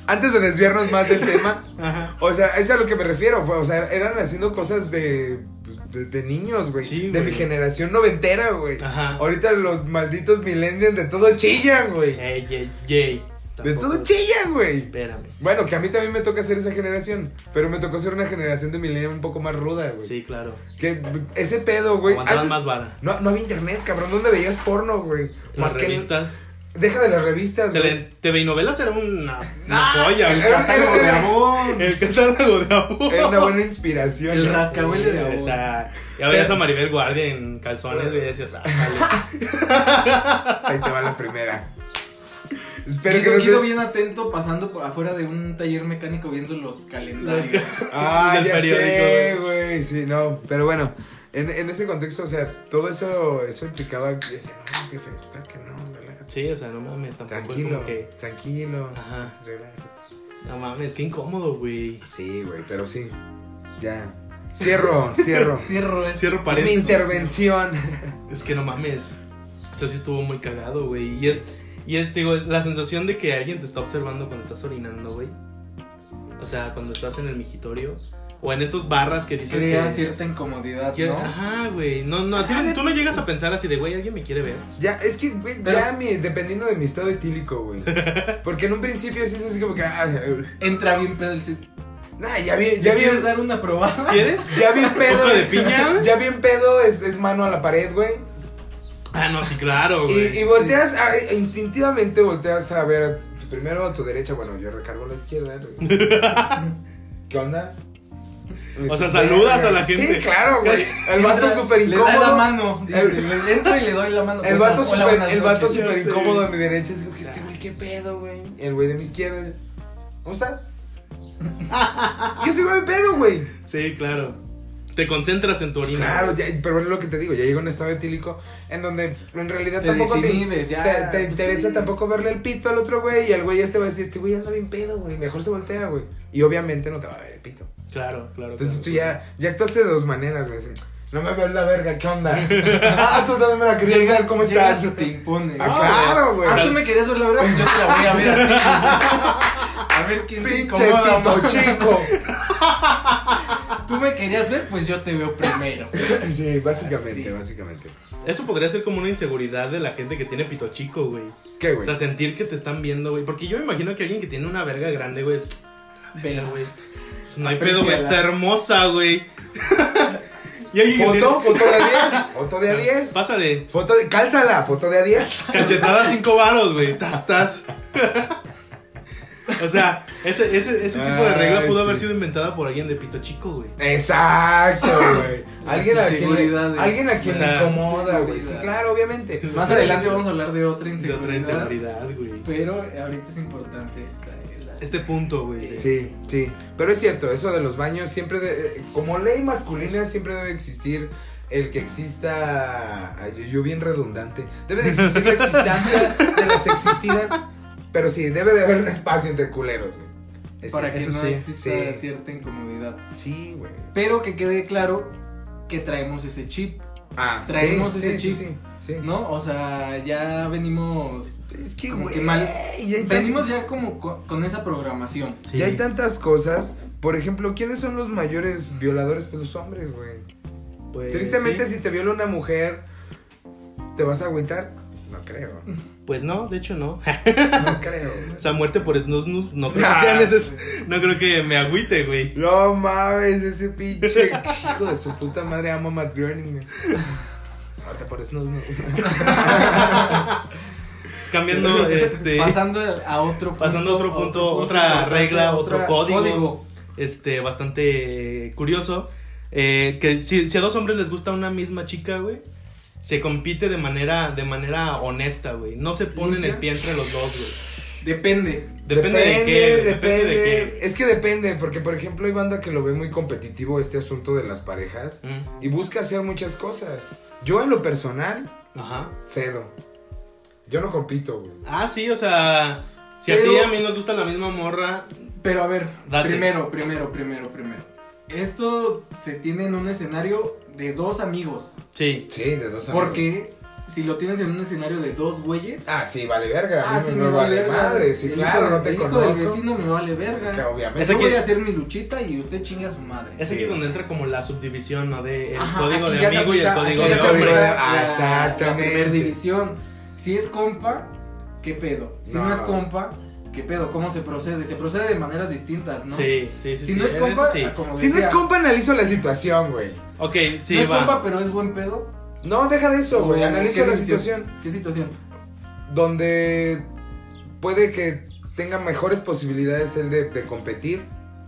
Speaker 3: Antes de desviarnos más del tema,
Speaker 1: Ajá.
Speaker 3: o sea, es a lo que me refiero, fue, o sea, eran haciendo cosas de, pues, de, de niños, güey,
Speaker 1: Sí,
Speaker 3: de mi
Speaker 1: güey.
Speaker 3: generación noventera, güey.
Speaker 1: Ajá.
Speaker 3: Ahorita los malditos millennials de todo chillan, güey.
Speaker 1: Ey, ey, ey.
Speaker 3: De
Speaker 1: Eh, Tampoco-
Speaker 3: todo chillan, güey.
Speaker 1: Espérame.
Speaker 3: Bueno, que a mí también me toca ser esa generación, pero me tocó ser una generación de millennials un poco más ruda, güey.
Speaker 1: Sí, claro.
Speaker 3: Que ese pedo, güey.
Speaker 1: Aguantaban
Speaker 3: antes-
Speaker 1: más vara.
Speaker 3: No, no había internet, cabrón. ¿Dónde veías porno, güey?
Speaker 1: Las
Speaker 3: Más que
Speaker 1: revistas.
Speaker 3: deja de las revistas, güey.
Speaker 1: Tele- TV y novelas era una, una
Speaker 3: Ah,
Speaker 1: joya.
Speaker 3: el-
Speaker 1: El,
Speaker 3: el-
Speaker 1: catálogo de amor.
Speaker 2: Ramón.
Speaker 1: El catálogo de amor.
Speaker 3: Era una buena inspiración.
Speaker 2: El
Speaker 3: ¿no?
Speaker 2: rascahuele de
Speaker 1: O
Speaker 2: ahora.
Speaker 1: sea, ya veías a Maribel Guardia en calzones, güey, y decías, ah, vale.
Speaker 3: Ahí te va la primera. Espero que
Speaker 2: Guido-
Speaker 3: no
Speaker 2: Guido
Speaker 3: se...
Speaker 2: bien atento pasando por afuera de un taller mecánico viendo los calendarios.
Speaker 3: Ah,
Speaker 1: Del
Speaker 3: ya sé,
Speaker 1: periódico,
Speaker 3: güey. Sí, no. Pero bueno, en, en ese contexto, o sea, todo eso, eso implicaba que yo decía, no, jefe, claro que no, relájate.
Speaker 1: Sí, o sea, no mames, tampoco es
Speaker 3: Tranquilo,
Speaker 1: Ah, pues como que. Ah.
Speaker 3: tranquilo.
Speaker 1: Ajá.
Speaker 3: Relájate.
Speaker 1: No mames, qué incómodo, güey.
Speaker 3: Sí, güey, pero sí. Ya. Cierro, cierro.
Speaker 2: Cierro eso.
Speaker 1: Cierro
Speaker 3: Mi
Speaker 1: paréntesis.
Speaker 3: intervención.
Speaker 1: Es que no mames. O sea, sí estuvo muy cagado, güey. Y es. Y es, te digo, la sensación de que alguien te está observando cuando estás orinando, güey. O sea, cuando estás en el migitorio. O en estos barras que dices
Speaker 2: Crea
Speaker 1: que.
Speaker 2: cierta incomodidad,
Speaker 1: que-
Speaker 2: ¿no?
Speaker 1: Ajá, güey. No, no, a
Speaker 3: Ah,
Speaker 1: ti- tú no llegas a pensar así de, güey, alguien me quiere ver.
Speaker 3: Ya, es que, güey,
Speaker 2: Pero-
Speaker 3: ya mi, dependiendo de mi estado etílico, güey. Porque en un principio sí es así como que. ah, eh,
Speaker 2: Entra bien pedo el set.
Speaker 3: nah, ya vi,
Speaker 2: ¿Ya
Speaker 3: ya vi.
Speaker 2: quieres dar una probada?
Speaker 1: ¿Quieres?
Speaker 3: Ya bien pedo.
Speaker 1: ¿Poco de piña, güey?
Speaker 3: Ya bien pedo es, es mano a la pared, güey.
Speaker 1: Ah, no, sí, claro, güey.
Speaker 3: Y, y volteas, a- e- instintivamente volteas a ver a tu- primero a tu derecha. Bueno, yo recargo a la izquierda. ¿Qué onda?
Speaker 1: O sea,
Speaker 3: Sí,
Speaker 1: saludas
Speaker 3: güey.
Speaker 1: a la gente.
Speaker 3: Sí, claro, güey. El vato
Speaker 2: Entra,
Speaker 3: súper
Speaker 2: Le da la
Speaker 3: incómodo.
Speaker 2: mano. dice,
Speaker 3: El-
Speaker 2: le entro y le doy la mano.
Speaker 3: El
Speaker 2: Bueno,
Speaker 3: vato
Speaker 2: hola,
Speaker 3: súper
Speaker 2: buenas
Speaker 3: el vato
Speaker 2: noches.
Speaker 3: súper
Speaker 1: Ya sé.
Speaker 3: incómodo a mi derecha. Es como que este güey, ¿qué pedo, güey? El güey de mi izquierda. ¿Cómo estás? yo sigo de pedo, güey.
Speaker 1: Sí, claro. Te concentras en tu orina.
Speaker 3: Claro,
Speaker 1: güey.
Speaker 3: ya, pero es lo que te digo, ya llega un estado etílico en donde en realidad
Speaker 2: Te
Speaker 3: tampoco te,
Speaker 2: desinhibes, ya,
Speaker 3: te- te
Speaker 2: pues,
Speaker 3: interesa
Speaker 2: sí.
Speaker 3: tampoco verle el pito al otro güey y al güey este va a decir, este güey anda bien pedo, güey, mejor se voltea, güey. Y obviamente no te va a ver el pito.
Speaker 1: Claro, claro.
Speaker 3: Entonces tú
Speaker 1: claro.
Speaker 3: ya, ya actuaste de dos maneras, güey. así, No me veas la verga, ¿qué onda? ah, tú también me la querías ver, ¿cómo
Speaker 2: Llegas
Speaker 3: estás?
Speaker 2: y te impone.
Speaker 3: Ah, claro, güey.
Speaker 2: Ah, tú me querías ver la hora, pues yo te la voy a ver a ti. A ver quién se
Speaker 3: Pinche
Speaker 2: incomoda
Speaker 3: pito
Speaker 2: más.
Speaker 3: chico.
Speaker 2: Tú me querías ver, pues yo te veo primero.
Speaker 3: Sí, básicamente,
Speaker 2: Sí.
Speaker 3: básicamente.
Speaker 1: Eso podría ser como una inseguridad de la gente que tiene pito chico, güey.
Speaker 3: ¿Qué,
Speaker 1: O
Speaker 3: güey?
Speaker 1: sea, sentir que te están viendo, güey. Porque yo me imagino que alguien que tiene una verga grande, güey, es.
Speaker 2: Vela,
Speaker 1: güey. pues, No hay pedo, güey.
Speaker 2: Apréciala.
Speaker 1: Está hermosa, güey. y alguien que
Speaker 3: ¿Foto? ¿Foto de a 10? ¿Foto de a
Speaker 1: tiene- Ah,
Speaker 3: 10?
Speaker 1: Pásale.
Speaker 3: Foto de, cálzala, foto de a 10.
Speaker 1: Cachetada cinco varos, güey. Tas, tas. o sea, ese, ese, ese tipo de regla
Speaker 3: Ay,
Speaker 1: pudo haber
Speaker 3: sí.
Speaker 1: sido inventada por alguien de pito chico, güey.
Speaker 3: Exacto, güey. Alguien a quien le,
Speaker 2: inseguridades.
Speaker 3: alguien a quien
Speaker 1: O
Speaker 3: le
Speaker 1: sea,
Speaker 3: incomoda, güey. Sí,
Speaker 2: inseguridad.
Speaker 3: claro, obviamente.
Speaker 2: Más adelante vamos a hablar de otra
Speaker 1: De
Speaker 2: inseguridad.
Speaker 1: otra inseguridad, güey.
Speaker 2: Pero ahorita es importante esta. eh, la-
Speaker 1: Este punto, güey. de-
Speaker 3: Sí, sí. Pero es cierto, eso de los baños siempre, de- eh, como ley masculina, siempre debe existir el que exista. ay, Yo, yo bien redundante. Debe de existir la existencia de las existidas. Pero sí, debe de haber un espacio entre culeros, güey. Es-
Speaker 2: para que
Speaker 3: eso
Speaker 2: no
Speaker 3: sí,
Speaker 2: exista
Speaker 3: sí.
Speaker 2: cierta incomodidad.
Speaker 3: Sí, güey.
Speaker 2: Pero que quede claro que traemos ese chip,
Speaker 3: Ah,
Speaker 2: Traemos ese chip.
Speaker 3: Sí, sí, sí.
Speaker 2: ¿no? O sea, ya venimos.
Speaker 3: Es que,
Speaker 2: Como
Speaker 3: güey.
Speaker 2: que mal-
Speaker 3: ya hay tan-
Speaker 2: Venimos ya como co- con esa programación.
Speaker 1: Sí.
Speaker 3: Ya hay tantas cosas. Por ejemplo, ¿quiénes son los mayores violadores? Pues los hombres, güey.
Speaker 1: Pues,
Speaker 3: Tristemente,
Speaker 1: sí.
Speaker 3: si te viola una mujer, ¿te vas a agüitar? No creo.
Speaker 1: Pues no, de hecho no.
Speaker 3: No creo. güey.
Speaker 1: O sea, muerte por snus no creo
Speaker 3: Ah.
Speaker 1: que sea neces- No creo que me agüite, güey.
Speaker 3: No mames, ese pinche hijo de su puta madre ama a Matt Groening, güey. No te pones no, no.
Speaker 1: Cambiando, este.
Speaker 2: Pasando a otro punto.
Speaker 1: Pasando a otro punto, otra
Speaker 2: importante,
Speaker 1: regla,
Speaker 2: otra-
Speaker 1: otro código. Este, bastante curioso. eh, que si, si a dos hombres les gusta una misma chica, güey. Se compite de manera, de manera honesta, güey. No se ponen
Speaker 2: ¿Limpia?
Speaker 1: el pie entre los dos, güey.
Speaker 2: Depende.
Speaker 1: Depende, de qué. güey, Depende de qué.
Speaker 3: Es que depende, porque por ejemplo hay banda que lo ve muy competitivo este asunto de las parejas
Speaker 1: Mm,
Speaker 3: y busca hacer muchas cosas. Yo en lo personal
Speaker 1: Ajá.
Speaker 3: cedo. Yo no compito, güey.
Speaker 1: Ah, sí, o sea. Si a
Speaker 2: Pero-
Speaker 1: ti y a mí nos gusta la misma morra.
Speaker 2: Pero a ver,
Speaker 1: Date.
Speaker 2: primero, primero, primero, primero. Esto se tiene en un escenario de dos amigos.
Speaker 1: Sí.
Speaker 3: Sí, de dos amigos.
Speaker 2: Porque si lo tienes en un escenario de dos güeyes.
Speaker 3: Ah, sí, vale verga.
Speaker 2: ah,
Speaker 3: Ah,
Speaker 2: sí,
Speaker 3: me, vale
Speaker 2: verga.
Speaker 3: madre. Sí,
Speaker 2: El
Speaker 3: claro,
Speaker 2: hijo,
Speaker 3: no te
Speaker 2: el hijo
Speaker 3: conozco.
Speaker 2: del vecino me vale verga.
Speaker 3: Que obviamente.
Speaker 1: Ese
Speaker 2: Yo
Speaker 1: que-
Speaker 2: voy a hacer mi luchita y usted chinga a su madre.
Speaker 1: Es
Speaker 3: Sí.
Speaker 1: aquí donde entra como la subdivisión, ¿no? De el
Speaker 2: Ajá,
Speaker 1: código
Speaker 2: aquí
Speaker 1: de
Speaker 2: ya se
Speaker 1: amigo y el
Speaker 2: aplica-
Speaker 1: código
Speaker 2: aquí ya
Speaker 1: de
Speaker 2: se
Speaker 3: código
Speaker 1: hombre.
Speaker 2: aplica
Speaker 3: de-
Speaker 2: la-
Speaker 3: Ah,
Speaker 2: la
Speaker 3: exactamente.
Speaker 2: primer división. Si es compa, ¿qué pedo? Si no,
Speaker 3: No.
Speaker 2: es compa, ¿qué pedo? ¿Cómo se procede? Se procede de maneras distintas, ¿no?
Speaker 1: Sí, sí, sí.
Speaker 2: Si
Speaker 1: sí,
Speaker 2: no es
Speaker 1: en
Speaker 2: compa,
Speaker 1: eso sí.
Speaker 2: como
Speaker 3: Si no es
Speaker 2: decía,
Speaker 3: compa, analizo la situación, güey.
Speaker 1: Ok, sí,
Speaker 2: no es
Speaker 1: va.
Speaker 2: compa, pero es buen pedo.
Speaker 3: No, deja de eso, güey.
Speaker 2: ¿O
Speaker 3: Analizo
Speaker 2: qué
Speaker 3: la situación.
Speaker 2: ¿Qué situación?
Speaker 3: Donde puede que tenga mejores posibilidades el de, de competir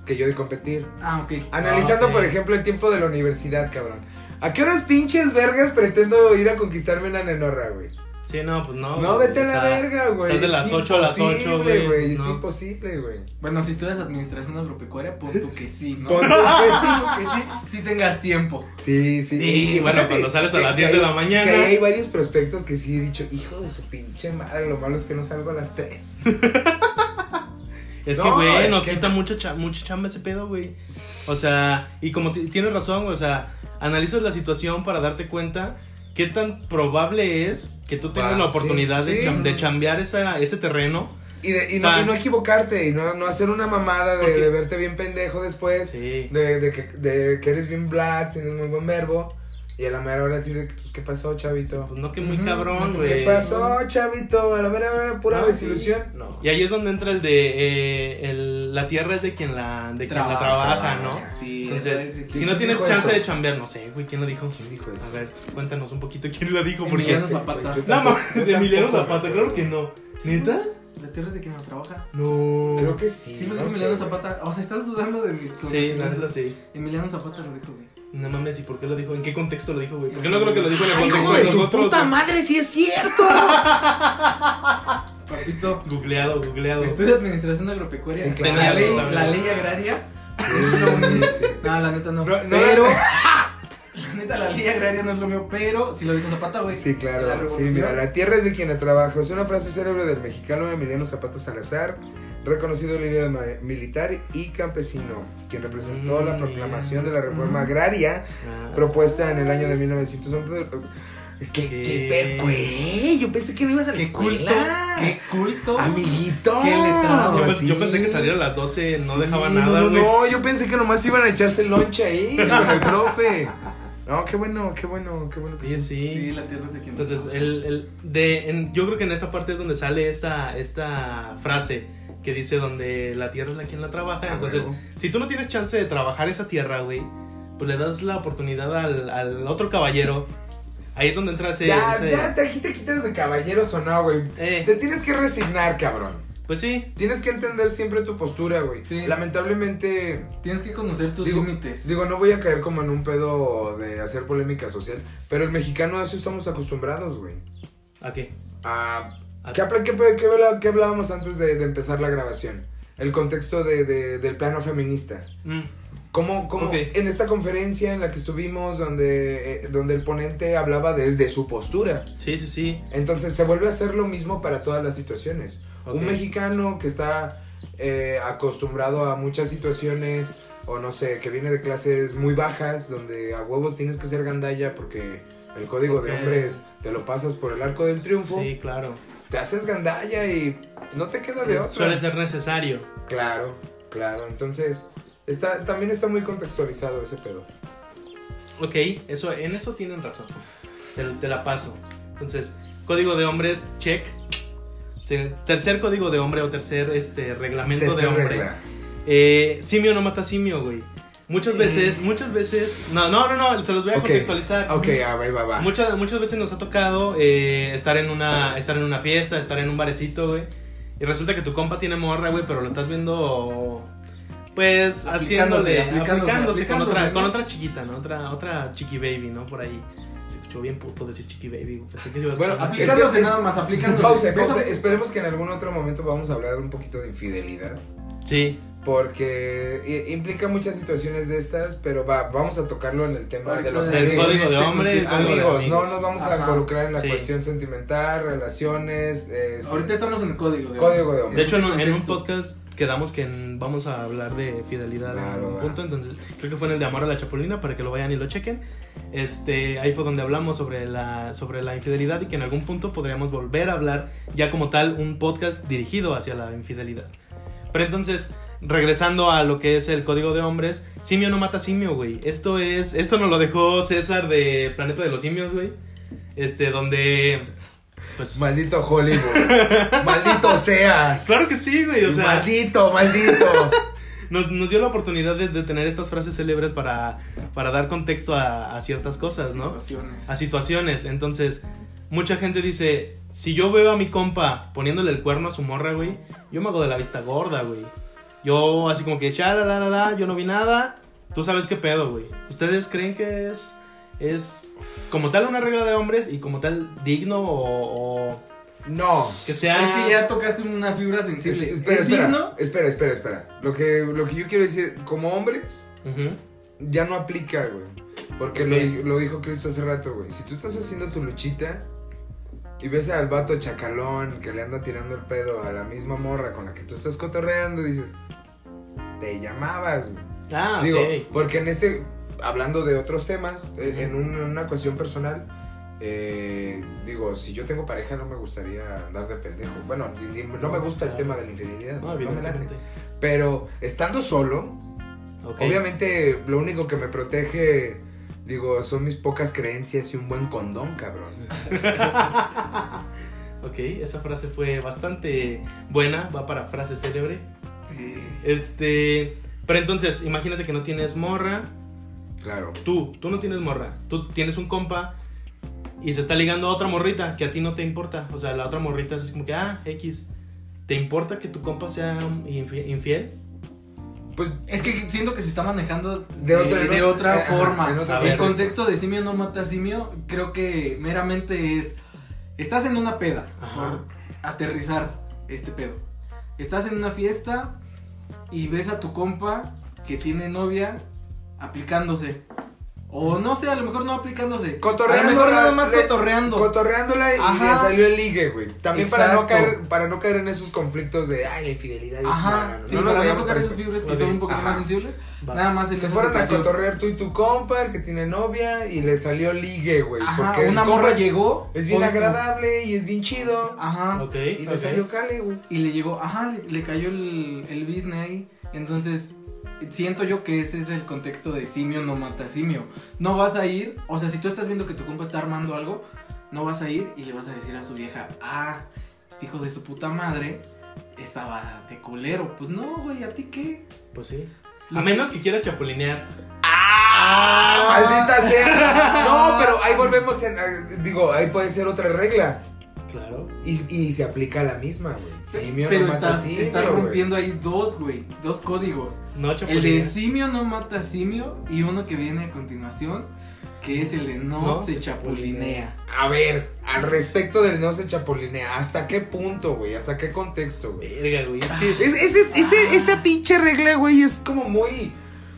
Speaker 3: que yo de competir.
Speaker 2: Ah, ok.
Speaker 3: Analizando,
Speaker 1: Ah, ok.
Speaker 3: por ejemplo, el tiempo de la universidad, cabrón. ¿A qué horas pinches vergas pretendo ir a conquistarme una nenorra, güey?
Speaker 1: Sí, no, pues no.
Speaker 3: No,
Speaker 1: güey,
Speaker 3: vete a
Speaker 1: o
Speaker 3: la
Speaker 1: sea,
Speaker 3: verga, güey.
Speaker 1: Estás de las 8 a las 8, güey.
Speaker 3: Es
Speaker 1: pues no.
Speaker 3: imposible, güey.
Speaker 2: Bueno, si estudias administración agropecuaria, pon tú que sí, ¿no?
Speaker 3: Pon tú
Speaker 2: Pon
Speaker 3: que sí.
Speaker 2: tú que sí, si tengas tiempo.
Speaker 3: Sí, sí.
Speaker 1: Sí,
Speaker 3: Y
Speaker 1: bueno,
Speaker 3: fíjate
Speaker 1: cuando sales a
Speaker 3: que-
Speaker 1: las
Speaker 3: que
Speaker 1: 10 de
Speaker 3: hay-
Speaker 1: la mañana.
Speaker 3: Que hay varios prospectos que sí he dicho, hijo de su pinche madre, lo malo es que no salgo a las 3.
Speaker 1: Es
Speaker 3: No,
Speaker 1: que, güey,
Speaker 3: es
Speaker 1: nos
Speaker 3: que-
Speaker 1: quita mucha, cha- mucha chamba ese pedo, güey. O sea, y como ti- tienes razón, güey, o sea, analizas la situación para darte cuenta qué tan probable es que tú tengas
Speaker 3: Ah,
Speaker 1: la
Speaker 3: sí,
Speaker 1: oportunidad de,
Speaker 3: sí.
Speaker 1: cham- de chambear esa, ese terreno.
Speaker 3: Y, de- y
Speaker 1: O sea-
Speaker 3: no, y no equivocarte, y no, no hacer una mamada de,
Speaker 1: Ah. Porque-
Speaker 3: de verte bien pendejo después,
Speaker 1: Sí.
Speaker 3: de, de que, de que eres bien blast, tienes muy buen verbo, y a la mera hora así de, pues, ¿qué pasó, chavito?
Speaker 1: Pues no que muy
Speaker 2: Ujú,
Speaker 1: cabrón,
Speaker 2: no que-
Speaker 1: güey.
Speaker 3: ¿Qué pasó, chavito? A la mera hora, pura
Speaker 1: No,
Speaker 3: desilusión. No.
Speaker 1: Y ahí es donde entra el de eh, el- la tierra es de quien la, de quien la trabaja, ¿no?
Speaker 2: Sí,
Speaker 1: Entonces,
Speaker 2: es de-
Speaker 1: si no
Speaker 3: ¿Quién
Speaker 1: tienes
Speaker 3: dijo
Speaker 1: chance
Speaker 3: eso?
Speaker 1: de chambear, no sé, güey, ¿quién lo dijo?
Speaker 3: ¿Quién dijo eso?
Speaker 1: A ver, cuéntanos un poquito quién lo dijo, porque...
Speaker 2: Emiliano Zapata.
Speaker 3: güey, Este, yo
Speaker 1: No,
Speaker 3: tampoco-
Speaker 1: mames,
Speaker 3: yo
Speaker 1: Emiliano
Speaker 3: tampoco,
Speaker 1: Zapata,
Speaker 3: güey.
Speaker 1: creo que no. ¿Neta?
Speaker 2: La tierra es de quien la trabaja.
Speaker 1: No.
Speaker 3: Creo que sí.
Speaker 2: Sí, lo
Speaker 3: no
Speaker 2: dijo
Speaker 3: sé,
Speaker 2: Emiliano
Speaker 3: güey.
Speaker 2: Zapata. O sea, estás dudando de mis
Speaker 1: Sí, la neta
Speaker 2: conocimientos.
Speaker 1: sí.
Speaker 2: Emiliano Zapata lo dijo, güey.
Speaker 1: No mames, ¿y por qué lo dijo? ¿En qué contexto lo dijo, güey? Porque no creo que lo dijo en el
Speaker 3: ¡Ay,
Speaker 1: contexto
Speaker 3: hijo de su puta
Speaker 1: güey.
Speaker 3: madre, sí es cierto!
Speaker 2: Papito,
Speaker 1: Googleado, googleado.
Speaker 3: Este
Speaker 2: estudio administración agropecuaria.
Speaker 3: Sí, claro.
Speaker 2: la, ley,
Speaker 1: Tenías que
Speaker 2: la
Speaker 1: saber.
Speaker 2: ley agraria.
Speaker 3: Sí, sí.
Speaker 2: No, la neta no.
Speaker 3: No, no,
Speaker 2: pero. La neta, la ley agraria no es lo mío, pero si lo dijo Zapata, güey.
Speaker 3: Sí,
Speaker 2: La
Speaker 3: claro. Sí,
Speaker 2: revolución.
Speaker 3: mira, la tierra es de quien la trabaja. Es una frase célebre del mexicano Emiliano Zapata Salazar, reconocido líder ma- militar y campesino, quien representó
Speaker 1: Mm,
Speaker 3: la proclamación de la reforma
Speaker 2: Mm.
Speaker 3: agraria
Speaker 1: Ah,
Speaker 3: propuesta en el año de 1911. ¿Qué, qué per- güey? Yo pensé que me ibas a la
Speaker 2: Qué culto.
Speaker 3: escuela.
Speaker 2: Qué culto.
Speaker 3: Amiguito.
Speaker 2: Qué letrado.
Speaker 1: yo,
Speaker 3: Sí.
Speaker 1: pe- yo pensé que saliera a las 12, no
Speaker 3: Sí,
Speaker 1: dejaba
Speaker 3: no,
Speaker 1: nada,
Speaker 3: No,
Speaker 1: güey.
Speaker 3: no, yo pensé que nomás iban a echarse el lonche ahí con el profe. No, qué bueno, qué bueno, qué bueno que
Speaker 1: Oye,
Speaker 3: sí.
Speaker 1: sí.
Speaker 2: Sí, la tierra es de quien la
Speaker 1: Entonces,
Speaker 2: trabaja.
Speaker 1: el, el- de, en- yo creo que en esa parte es donde sale esta, esta frase que dice donde la tierra es la quien la trabaja.
Speaker 3: Ah,
Speaker 1: Entonces,
Speaker 3: huevo.
Speaker 1: si tú no tienes chance de trabajar esa tierra, güey, pues le das la oportunidad al, al otro caballero. Ahí es donde entra ese...
Speaker 3: ya,
Speaker 1: ese-
Speaker 3: ya, te, aquí te quitas de caballeros o no, güey. Te
Speaker 1: Eh,
Speaker 3: tienes que resignar, cabrón.
Speaker 1: pues sí,
Speaker 3: Tienes que entender siempre tu postura, güey.
Speaker 2: Sí.
Speaker 3: Lamentablemente,
Speaker 2: Tienes que conocer tus
Speaker 3: Digo-
Speaker 2: límites.
Speaker 3: digo, no voy a caer como en un pedo de hacer polémica social, pero el mexicano a eso estamos acostumbrados, güey.
Speaker 1: ¿a qué?
Speaker 3: A-
Speaker 1: A-
Speaker 3: ¿qué, habla- qué, qué habla- qué hablábamos antes de, de empezar la grabación? El contexto de- de- del plano feminista.
Speaker 1: Mm.
Speaker 3: Como, como
Speaker 1: Ok.
Speaker 3: en esta conferencia en la que estuvimos, donde, eh, donde el ponente hablaba desde su postura.
Speaker 1: Sí, sí, sí.
Speaker 3: Entonces se vuelve a hacer lo mismo para todas las situaciones.
Speaker 1: Ok.
Speaker 3: Un mexicano que está eh, acostumbrado a muchas situaciones, o no sé, que viene de clases muy bajas, donde a huevo tienes que ser gandalla porque el código de
Speaker 1: Ok.
Speaker 3: hombres te lo pasas por el arco del triunfo,
Speaker 1: Sí, claro.
Speaker 3: te haces gandalla y no te queda de otra.
Speaker 1: Suele ser necesario.
Speaker 3: Claro, claro. Entonces, está, también está muy contextualizado ese pedo.
Speaker 1: Ok, eso, en eso tienen razón. Te, te la paso. Entonces, código de hombres, check. Se- tercer código de hombre o tercer este, reglamento de
Speaker 3: Tercer
Speaker 1: hombre.
Speaker 3: regla.
Speaker 1: Eh, simio no mata simio, güey. Muchas veces, muchas veces. No, no, no, no, se los voy a
Speaker 3: Ok,
Speaker 1: contextualizar.
Speaker 3: Ok, ah, va, va, va.
Speaker 1: Muchas, muchas veces nos ha tocado eh, estar, en una, estar en una fiesta, estar en un barecito, güey. Y resulta que tu compa tiene morra, güey, pero lo estás viendo. Pues
Speaker 2: Aplicándose,
Speaker 1: haciéndole.
Speaker 2: aplicándose,
Speaker 1: Aplicándose, con,
Speaker 2: aplicándose,
Speaker 1: otra,
Speaker 2: ¿no?
Speaker 1: con otra chiquita, ¿no? Otra, otra chiqui baby, ¿no? Por ahí. Se escuchó bien puto decir chiqui baby. güey. Pensé que se iba a
Speaker 3: Bueno,
Speaker 1: escuchar
Speaker 3: es-
Speaker 2: Aplicándose
Speaker 3: es-
Speaker 2: nada más, aplicándose.
Speaker 3: Pausa,
Speaker 2: Beso-
Speaker 3: pausa. Esperemos que en algún otro momento vamos a hablar un poquito de infidelidad.
Speaker 1: mucho. Sí.
Speaker 3: Porque i- implica muchas situaciones de estas, pero va, vamos a tocarlo en el tema de los
Speaker 2: Ahorita
Speaker 1: El
Speaker 3: amigos.
Speaker 1: código de hombre. el código de
Speaker 3: Amigos, no nos vamos a
Speaker 2: Ajá.
Speaker 3: involucrar en la
Speaker 1: Sí.
Speaker 3: cuestión sentimental, relaciones. es-
Speaker 2: Ahorita estamos en el código de
Speaker 3: Código
Speaker 2: hombres.
Speaker 3: de hombres.
Speaker 1: De hecho, en un, en un
Speaker 2: Contexto.
Speaker 1: podcast quedamos que en- vamos a hablar de fidelidad en
Speaker 3: Claro,
Speaker 1: algún
Speaker 3: va.
Speaker 1: punto. Entonces, creo que fue en el de Amor a la Chapulina para que lo vayan y lo chequen. Este, ahí fue donde hablamos sobre la, sobre la infidelidad y que en algún punto podríamos volver a hablar ya como tal un podcast dirigido hacia la infidelidad. Pero entonces, regresando a lo que es el código de hombres, simio no mata simio, güey. Esto es, esto nos lo dejó César de Planeta de los Simios, güey. Este, donde pues
Speaker 3: Maldito Hollywood. maldito seas.
Speaker 1: Claro que sí, güey, o sea,
Speaker 3: maldito, maldito.
Speaker 1: nos, nos dio la oportunidad de, de tener estas frases célebres para, para dar contexto a, a ciertas cosas, ¿no?
Speaker 2: Situaciones.
Speaker 1: A situaciones. Entonces, mucha gente dice, si yo veo a mi compa poniéndole el cuerno a su morra, güey, yo me hago de la vista gorda, güey. Yo así como que, "Cha, la, la, la, la, yo no vi nada, tú sabes qué pedo, güey. ¿Ustedes creen que es es como tal una regla de hombres y como tal digno o, o
Speaker 3: No.
Speaker 1: que sea...
Speaker 2: Es que ya tocaste una fibra sensible.
Speaker 3: Es- espera,
Speaker 2: ¿Es
Speaker 3: espera,
Speaker 2: digno?
Speaker 3: espera, espera, espera. Lo que, lo que yo quiero decir, como hombres,
Speaker 1: Ujú.
Speaker 3: ya no aplica, güey. Porque lo, di- lo dijo Cristo hace rato, güey. Si tú estás haciendo tu luchita y ves al vato chacalón que le anda tirando el pedo a la misma morra con la que tú estás cotorreando, dices, te llamabas, güey.
Speaker 1: Ah, ok.
Speaker 3: Digo, porque en este, hablando de otros temas, eh, en, un- en una cuestión personal, eh, digo, si yo tengo pareja no me gustaría andar de pendejo. Bueno, ni- ni- no me gusta el tema de la infidelidad, no,
Speaker 1: No,
Speaker 3: me late.
Speaker 1: Ah. evidentemente.
Speaker 3: Pero estando solo,
Speaker 1: Ok.
Speaker 3: obviamente lo único que me protege, digo, son mis pocas creencias y un buen condón, cabrón.
Speaker 1: Ok, esa frase fue bastante buena, va para frase célebre.
Speaker 2: Eh,
Speaker 1: Este, pero entonces, imagínate que no tienes morra,
Speaker 3: Claro.
Speaker 1: tú, tú no tienes morra, tú tienes un compa y se está ligando a otra morrita que a ti no te importa, o sea, la otra morrita es así como que, ah, X, ¿te importa que tu compa sea infi- infiel?
Speaker 3: Pues
Speaker 2: Es que siento que se está manejando
Speaker 3: De
Speaker 2: de,
Speaker 3: otra-
Speaker 2: de
Speaker 3: en o-
Speaker 2: otra
Speaker 3: ajá,
Speaker 2: forma.
Speaker 3: en
Speaker 1: otra- A ver.
Speaker 2: el contexto de simio no mata a simio, creo que meramente es. Estás en una peda.
Speaker 1: Ajá.
Speaker 2: por Aterrizar este pedo. Estás en una fiesta y ves a tu compa que tiene novia aplicándose. O no sé, a lo mejor no aplicándose. A lo
Speaker 3: Cotorreando
Speaker 2: mejor
Speaker 3: la-
Speaker 2: nada más
Speaker 3: le-
Speaker 2: cotorreando.
Speaker 3: cotorreándola y
Speaker 2: Ajá.
Speaker 3: le salió el ligue, güey. También para no,
Speaker 2: Exacto.
Speaker 3: caer, para no caer en esos conflictos de, ay, la infidelidad.
Speaker 2: Ajá,
Speaker 3: no, no, no,
Speaker 2: sí,
Speaker 3: no nos
Speaker 2: para no
Speaker 3: vayamos
Speaker 2: tocar
Speaker 3: para
Speaker 2: esas
Speaker 3: eso.
Speaker 2: fibras que
Speaker 1: Ok.
Speaker 2: son un poco
Speaker 3: Ajá.
Speaker 2: más sensibles.
Speaker 1: Va.
Speaker 2: Nada más en
Speaker 3: Se
Speaker 2: esa
Speaker 3: fueron a
Speaker 2: situación.
Speaker 3: cotorrear tú y tu compa, el que tiene novia, y le salió ligue, güey.
Speaker 2: Ajá,
Speaker 3: porque el
Speaker 2: una
Speaker 3: compa
Speaker 2: morra llegó.
Speaker 3: Es bien
Speaker 2: con-
Speaker 3: agradable y es bien chido.
Speaker 2: Ajá.
Speaker 1: Ok,
Speaker 3: Y le
Speaker 1: ok.
Speaker 3: salió cale, güey.
Speaker 2: Y le llegó, ajá, le, le cayó el, el business ahí. Entonces, siento yo que ese es el contexto de simio no mata simio. No vas a ir, o sea, si tú estás viendo que tu compa está armando algo, no vas a ir y le vas a decir a su vieja, ah, este hijo de su puta madre estaba de culero. Pues no, güey, ¿a ti qué?
Speaker 1: Pues sí. A menos que quiera chapulinear.
Speaker 3: ¡Maldita sea! No, pero ahí volvemos. en- eh, digo, ahí puede ser otra regla.
Speaker 1: Claro.
Speaker 3: Y, y se aplica la misma, güey. Simio
Speaker 2: Pero
Speaker 3: no mata
Speaker 2: estás,
Speaker 3: simio,
Speaker 2: estás
Speaker 3: güey.
Speaker 2: rompiendo ahí dos, güey, dos códigos.
Speaker 1: No
Speaker 2: El de
Speaker 1: chapulinear.
Speaker 2: simio no mata simio y uno que viene a continuación, que es el de no,
Speaker 1: No
Speaker 2: se
Speaker 1: se
Speaker 2: chapulinea.
Speaker 3: A ver, al respecto del no se chapolinea, ¿hasta qué punto, güey? ¿Hasta qué contexto, güey?
Speaker 1: Verga, güey. Es que...
Speaker 3: Es- es- es-
Speaker 2: Ah.
Speaker 3: ese- esa pinche regla, güey, es como muy,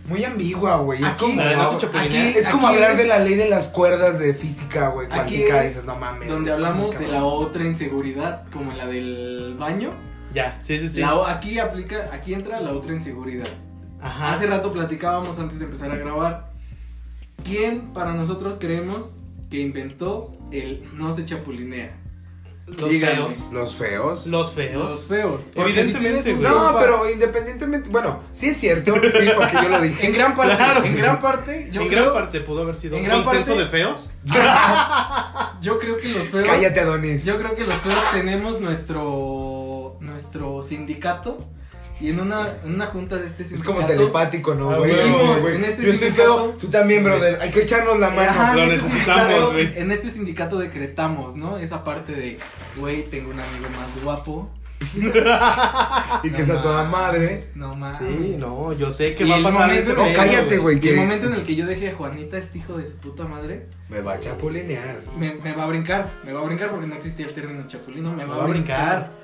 Speaker 3: muy ambigua, güey. Es
Speaker 2: Aquí-
Speaker 3: como,
Speaker 1: La de no se chapulinear.
Speaker 3: es como
Speaker 2: aquí
Speaker 3: hablar
Speaker 2: es
Speaker 3: de la ley de las cuerdas de física, güey,
Speaker 2: Aquí
Speaker 3: cuántica.
Speaker 2: es
Speaker 3: Dices, no mames.
Speaker 2: Donde
Speaker 3: es como
Speaker 2: hablamos de
Speaker 3: cabrón.
Speaker 2: la otra inseguridad, como la del baño.
Speaker 1: Ya, sí, sí, sí.
Speaker 2: Ah. La o- aquí aplica, aquí entra la otra inseguridad.
Speaker 1: Ajá.
Speaker 2: Hace rato platicábamos antes de empezar a grabar. ¿Quién para nosotros creemos que inventó el no se chapulinea?
Speaker 1: Los
Speaker 2: Díganme.
Speaker 1: feos.
Speaker 3: Los feos.
Speaker 1: Los feos.
Speaker 2: Los feos. Porque si
Speaker 1: Evidentemente,
Speaker 2: tienes un
Speaker 1: güey.
Speaker 3: No,
Speaker 2: compa-
Speaker 3: pero independientemente, bueno, sí es cierto, sí, porque yo lo dije.
Speaker 2: En gran parte,
Speaker 1: Claro.
Speaker 2: en gran parte, yo
Speaker 1: en
Speaker 2: creo,
Speaker 1: gran parte pudo haber sido
Speaker 2: en
Speaker 1: un
Speaker 2: gran
Speaker 1: consenso
Speaker 2: parte-
Speaker 1: de feos.
Speaker 2: yo creo que los feos.
Speaker 3: Cállate, Adonis.
Speaker 2: Yo creo que los feos tenemos nuestro nuestro sindicato y en una, en una junta de este
Speaker 3: Es
Speaker 2: sindicato.
Speaker 3: como telepático, ¿no,
Speaker 1: Ah,
Speaker 3: güey?
Speaker 1: güey,
Speaker 3: Sí,
Speaker 1: en
Speaker 3: güey.
Speaker 2: este
Speaker 3: Yo estoy
Speaker 2: sindicato-
Speaker 3: feo, tú también, brother. Hay que echarnos la mano.
Speaker 2: Ajá,
Speaker 1: Lo
Speaker 2: en, este
Speaker 1: necesitamos,
Speaker 2: sindicato,
Speaker 1: güey.
Speaker 2: en este sindicato decretamos, ¿no? Esa parte de, güey, tengo un amigo más guapo.
Speaker 3: Y que
Speaker 2: No
Speaker 3: es a toda
Speaker 2: mames,
Speaker 3: madre.
Speaker 2: No mames.
Speaker 1: Sí, no, yo sé que
Speaker 2: Y
Speaker 1: va a
Speaker 2: el
Speaker 1: pasar Oh,
Speaker 2: momento
Speaker 1: ese
Speaker 2: en el-
Speaker 1: pedo,
Speaker 3: cállate, güey.
Speaker 2: Y el
Speaker 3: que-
Speaker 2: momento en el que yo deje a Juanita, este hijo de su puta madre,
Speaker 3: Me va a chapulinear.
Speaker 2: me, me va a brincar. Me va a brincar porque no existía el término chapulino, me, va, a brincar.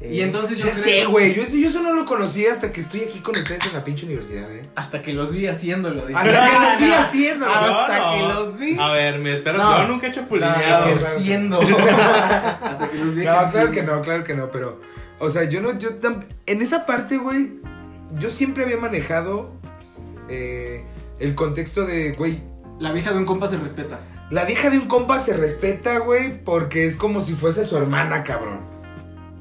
Speaker 1: Eh,
Speaker 2: Y entonces yo
Speaker 3: Ya
Speaker 2: creo-
Speaker 3: sé, güey. Yo, yo eso no lo conocí hasta que estoy aquí con ustedes en la pinche universidad, ¿eh?
Speaker 2: Hasta que los vi haciéndolo. dice.
Speaker 3: Hasta que los vi haciendo.
Speaker 1: No,
Speaker 3: güey.
Speaker 2: hasta
Speaker 1: no.
Speaker 2: que los vi.
Speaker 1: A ver, me espero.
Speaker 3: No.
Speaker 1: Yo nunca he chapulineado.
Speaker 3: No,
Speaker 2: ejerciendo. Hasta que los vi
Speaker 3: No, claro
Speaker 2: ejerciendo.
Speaker 3: que no, claro que no. Pero, o sea, yo no, yo tam- En esa parte, güey, yo siempre había manejado eh, el contexto de, güey,
Speaker 2: La vieja de un compa se respeta.
Speaker 3: la vieja de un compa se respeta, güey, porque es como si fuese su hermana, cabrón.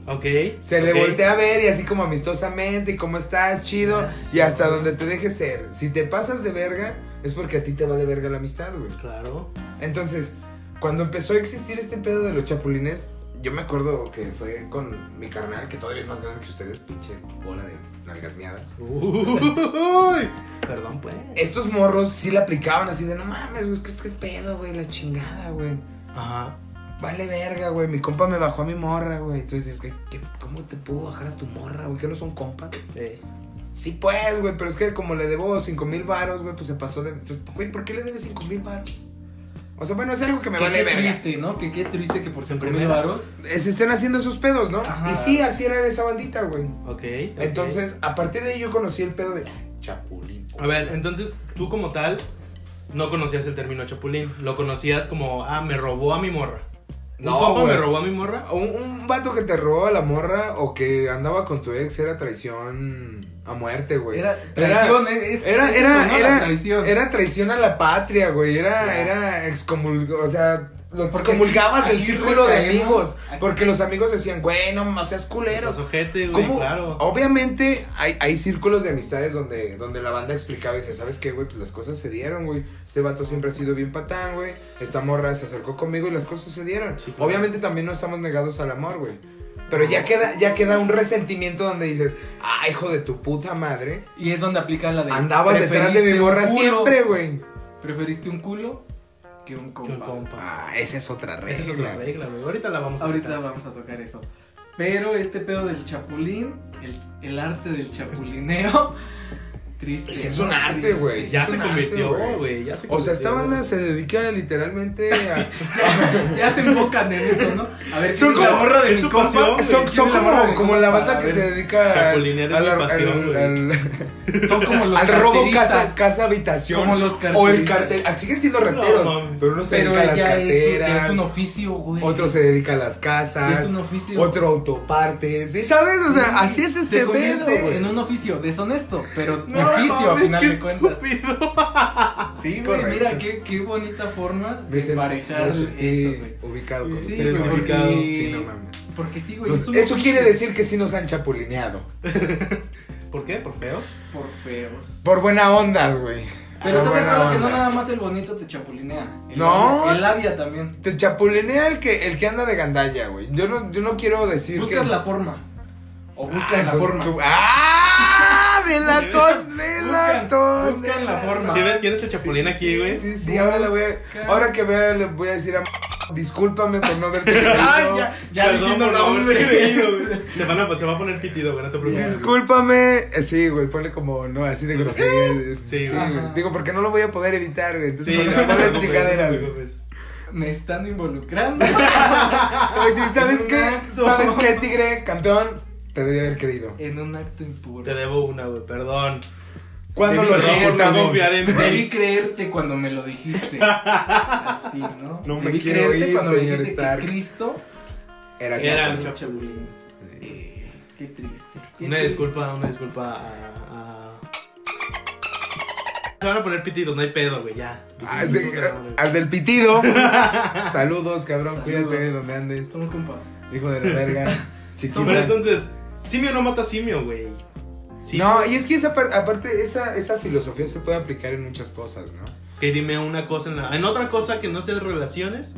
Speaker 1: Ok.
Speaker 3: Se le
Speaker 1: ok.
Speaker 3: voltea a ver y así como amistosamente, y cómo estás, chido,
Speaker 1: Ah, sí,
Speaker 3: y hasta
Speaker 1: güey.
Speaker 3: donde te dejes ser. Si te pasas de verga, es porque a ti te va de verga la amistad, güey.
Speaker 1: Claro.
Speaker 3: Entonces, cuando empezó a existir este pedo de los chapulines, yo me acuerdo que fue con mi carnal, que todavía es más grande que ustedes, pinche bola de nalgas miadas.
Speaker 1: Uy. Perdón, pues.
Speaker 3: Estos morros sí le aplicaban así de, no mames, güey, es que este pedo, güey, la chingada, güey.
Speaker 1: Ajá.
Speaker 3: Vale verga, güey, mi compa me bajó a mi morra, güey. Entonces, es que, ¿qué- ¿cómo te puedo bajar a tu morra, güey? ¿Que no son compas?
Speaker 1: Eh,
Speaker 3: Sí, pues, güey, pero es que como le debo 5 mil varos, güey, pues se pasó de. Güey, ¿por qué le debes 5 mil varos? O sea, bueno, es algo que me
Speaker 2: Que
Speaker 3: vale
Speaker 2: qué
Speaker 3: verga.
Speaker 2: triste, ¿no? Que qué triste que por
Speaker 1: En
Speaker 2: 5 mil
Speaker 1: primera.
Speaker 2: varos.
Speaker 3: Eh, Se están haciendo sus pedos, ¿no?
Speaker 2: Ajá.
Speaker 3: Y sí, así era esa bandita, güey.
Speaker 1: Ok.
Speaker 3: Entonces, a partir de ahí yo conocí el pedo de chapulín.
Speaker 1: ok. A ver, entonces tú como tal no conocías el término chapulín. Lo conocías como, ah, me robó a mi morra.
Speaker 3: No,
Speaker 1: No, compa
Speaker 3: güey.
Speaker 1: me robó a mi morra?
Speaker 3: Un, un vato que te robó a la morra o que andaba con tu ex era traición a muerte, güey.
Speaker 2: Era traición, es- es-
Speaker 3: Era,
Speaker 2: es
Speaker 3: era,
Speaker 2: eso, ¿no? La
Speaker 3: era,
Speaker 2: traición.
Speaker 3: era traición a la patria, güey. Era,
Speaker 2: Ya.
Speaker 3: era excomulgado, o sea, lo
Speaker 2: Porque
Speaker 3: excomulgabas
Speaker 2: aquí-
Speaker 3: del
Speaker 2: aquí
Speaker 3: círculo de
Speaker 2: recaemos,
Speaker 3: amigos.
Speaker 2: aquí-
Speaker 3: Porque los amigos decían, güey, no, no seas culero.
Speaker 1: Estás ojete, güey,
Speaker 3: ¿Cómo? Oh,
Speaker 1: claro.
Speaker 3: Obviamente hay, hay círculos de amistades donde, donde la banda explicaba y decía, ¿sabes qué, güey? Pues las cosas se dieron, güey. Este vato siempre ha sido bien patán, güey. Esta morra se acercó conmigo y las cosas se dieron.
Speaker 1: Sí, claro.
Speaker 3: Obviamente también no estamos negados al amor, güey. Pero ya queda, ya queda un resentimiento donde dices, ah, hijo de tu puta madre.
Speaker 2: Y es donde aplica la de.
Speaker 3: Andabas detrás de
Speaker 2: preferiste
Speaker 3: mi
Speaker 2: un
Speaker 3: morra
Speaker 2: culo-
Speaker 3: siempre, güey.
Speaker 2: Preferiste un culo que un compa.
Speaker 1: Que un compa.
Speaker 3: Ah, esa es otra regla.
Speaker 1: Esa es otra regla, güey. Ahorita la vamos a
Speaker 2: Ahorita
Speaker 1: tocar.
Speaker 2: vamos a tocar eso. Pero este pedo del chapulín, el, el arte del chapulineo. Triste.
Speaker 3: Ese es
Speaker 2: ¿no?
Speaker 3: un arte,
Speaker 2: Triste.
Speaker 3: güey.
Speaker 1: Ya
Speaker 3: Es
Speaker 1: se
Speaker 3: un arte, güey.
Speaker 1: convirtió, güey. Ya se
Speaker 3: O sea, esta
Speaker 1: convirtió.
Speaker 3: banda se dedica literalmente a...
Speaker 2: Ya se enfocan en eso, ¿no? A ver,
Speaker 3: Son
Speaker 2: ¿quién es la
Speaker 3: como-
Speaker 2: morra de
Speaker 1: es
Speaker 2: mi
Speaker 1: su
Speaker 2: compa?
Speaker 1: pasión, güey.
Speaker 3: Son, son
Speaker 2: ¿Quién es la morra de
Speaker 3: como,
Speaker 2: mi
Speaker 3: como
Speaker 2: compa?
Speaker 3: la banda
Speaker 2: A
Speaker 3: que
Speaker 2: ver,
Speaker 3: se dedica al-
Speaker 1: Chapulinear es
Speaker 3: al,
Speaker 1: mi
Speaker 3: al-
Speaker 1: pasión, güey.
Speaker 3: al-
Speaker 2: Son como los
Speaker 3: al robo
Speaker 2: carteristas,
Speaker 3: casa, casa habitación.
Speaker 2: Como los
Speaker 3: o el
Speaker 2: carteristas.
Speaker 3: cartel. ah, Siguen siendo rateros,
Speaker 1: No, mames.
Speaker 3: pero uno se
Speaker 2: Pero
Speaker 3: dedica a las
Speaker 2: ya es,
Speaker 3: carteras.
Speaker 2: ya es un oficio, güey.
Speaker 3: Otro se dedica a las
Speaker 2: Ya
Speaker 3: casas.
Speaker 2: es un oficio.
Speaker 3: Otro autopartes. ¿Y sabes? O sea, así es
Speaker 2: Se
Speaker 3: este pedo,
Speaker 2: convierte
Speaker 3: güey.
Speaker 2: en un oficio deshonesto, pero
Speaker 1: No,
Speaker 2: oficio a
Speaker 1: mames,
Speaker 2: final
Speaker 1: qué
Speaker 2: de cuentas.
Speaker 1: estúpido.
Speaker 2: Sí,
Speaker 3: Es
Speaker 2: güey,
Speaker 3: correcto.
Speaker 2: mira qué, qué bonita forma
Speaker 3: Me
Speaker 2: de
Speaker 3: sen-
Speaker 2: emparejar
Speaker 3: me
Speaker 2: eso,
Speaker 3: sentí
Speaker 2: güey.
Speaker 3: eh, ubicado con
Speaker 2: Sí,
Speaker 3: ustedes.
Speaker 1: güey,
Speaker 3: ubicado.
Speaker 2: porque-
Speaker 3: Sí, no mames.
Speaker 2: Porque sí, güey.
Speaker 3: Los-
Speaker 2: es un
Speaker 3: eso
Speaker 2: oficio
Speaker 3: quiere decir que sí nos han chapulineado.
Speaker 1: ¿Por qué? ¿Por feos?
Speaker 2: Por feos.
Speaker 3: Por buena ondas, güey.
Speaker 2: Pero
Speaker 3: Por
Speaker 2: estás de
Speaker 3: buena
Speaker 2: acuerdo que no
Speaker 3: onda.
Speaker 2: nada más el bonito te chapulinea. El
Speaker 3: No.
Speaker 2: labia- el labia también.
Speaker 3: Te chapulinea el que, el que anda de gandalla, güey. Yo no, yo no quiero decir
Speaker 2: Buscas
Speaker 3: que...
Speaker 2: la forma. O buscas
Speaker 3: Ah,
Speaker 2: la
Speaker 3: entonces
Speaker 2: forma.
Speaker 3: tú- ¡Ah! ¡Delatón! ¡Delatón!
Speaker 2: buscan la
Speaker 3: delatón.
Speaker 2: forma.
Speaker 1: ¿Sí ves quién es el chapulín
Speaker 3: Sí,
Speaker 1: aquí, güey?
Speaker 3: Sí, sí, ahora le voy a... Ahora que vea le voy a decir a... Discúlpame por no haberte creído.
Speaker 2: Ay, ya, ya
Speaker 1: Perdón
Speaker 2: diciendo
Speaker 1: por no
Speaker 2: nombre.
Speaker 1: haberte creído, güey. se, van a, se va a poner pitido, güey, no te preocupes.
Speaker 3: Discúlpame, Eh, sí, güey, ponle como, no, así de grosería. es-
Speaker 1: Sí,
Speaker 2: güey.
Speaker 3: güey. Digo, porque no lo voy a poder evitar, güey. Entonces,
Speaker 1: Sí,
Speaker 3: ponle-
Speaker 1: no, no,
Speaker 3: ponle
Speaker 1: no, no,
Speaker 3: chingadera,
Speaker 1: no,
Speaker 3: güey.
Speaker 1: no, no, no.
Speaker 2: Me están involucrando.
Speaker 3: Ay, sí, ¿sabes
Speaker 2: Un
Speaker 3: qué?
Speaker 2: acto.
Speaker 3: ¿Sabes qué, tigre? Campeón, te debí haber creído.
Speaker 2: en un acto impuro.
Speaker 1: Te debo una, güey, perdón.
Speaker 3: ¿Cuándo
Speaker 1: Sí,
Speaker 3: lo
Speaker 1: perdón por no
Speaker 3: ejecutamos?
Speaker 1: confiar en
Speaker 2: Debí
Speaker 1: ti.
Speaker 2: creerte cuando me lo dijiste. Así, ¿no?
Speaker 3: No me
Speaker 2: Debí
Speaker 3: quiero
Speaker 2: creerte
Speaker 3: ir,
Speaker 2: cuando me
Speaker 3: señor
Speaker 2: dijiste
Speaker 3: Stark.
Speaker 2: que Cristo
Speaker 3: Era
Speaker 1: Era
Speaker 3: chavo.
Speaker 1: un
Speaker 2: un
Speaker 1: chapulín.
Speaker 2: Eh, qué triste. qué
Speaker 1: Una
Speaker 2: triste.
Speaker 1: disculpa, una disculpa a, a- Se van a poner pitidos, no hay pedo, güey, ya.
Speaker 3: Ah,
Speaker 1: Pitidos,
Speaker 3: sí,
Speaker 1: o sea, güey.
Speaker 3: al del pitido. Saludos, cabrón.
Speaker 2: Saludos.
Speaker 3: Cuídate de donde andes.
Speaker 2: Somos compas.
Speaker 3: Hijo de la verga. Chiquita.
Speaker 1: Pero entonces, simio no mata simio, güey. Sí.
Speaker 3: No, y es que esa par- aparte, esa, esa filosofía se puede aplicar en muchas cosas, ¿no?
Speaker 1: Que dime una cosa en la... En otra cosa que no sea relaciones,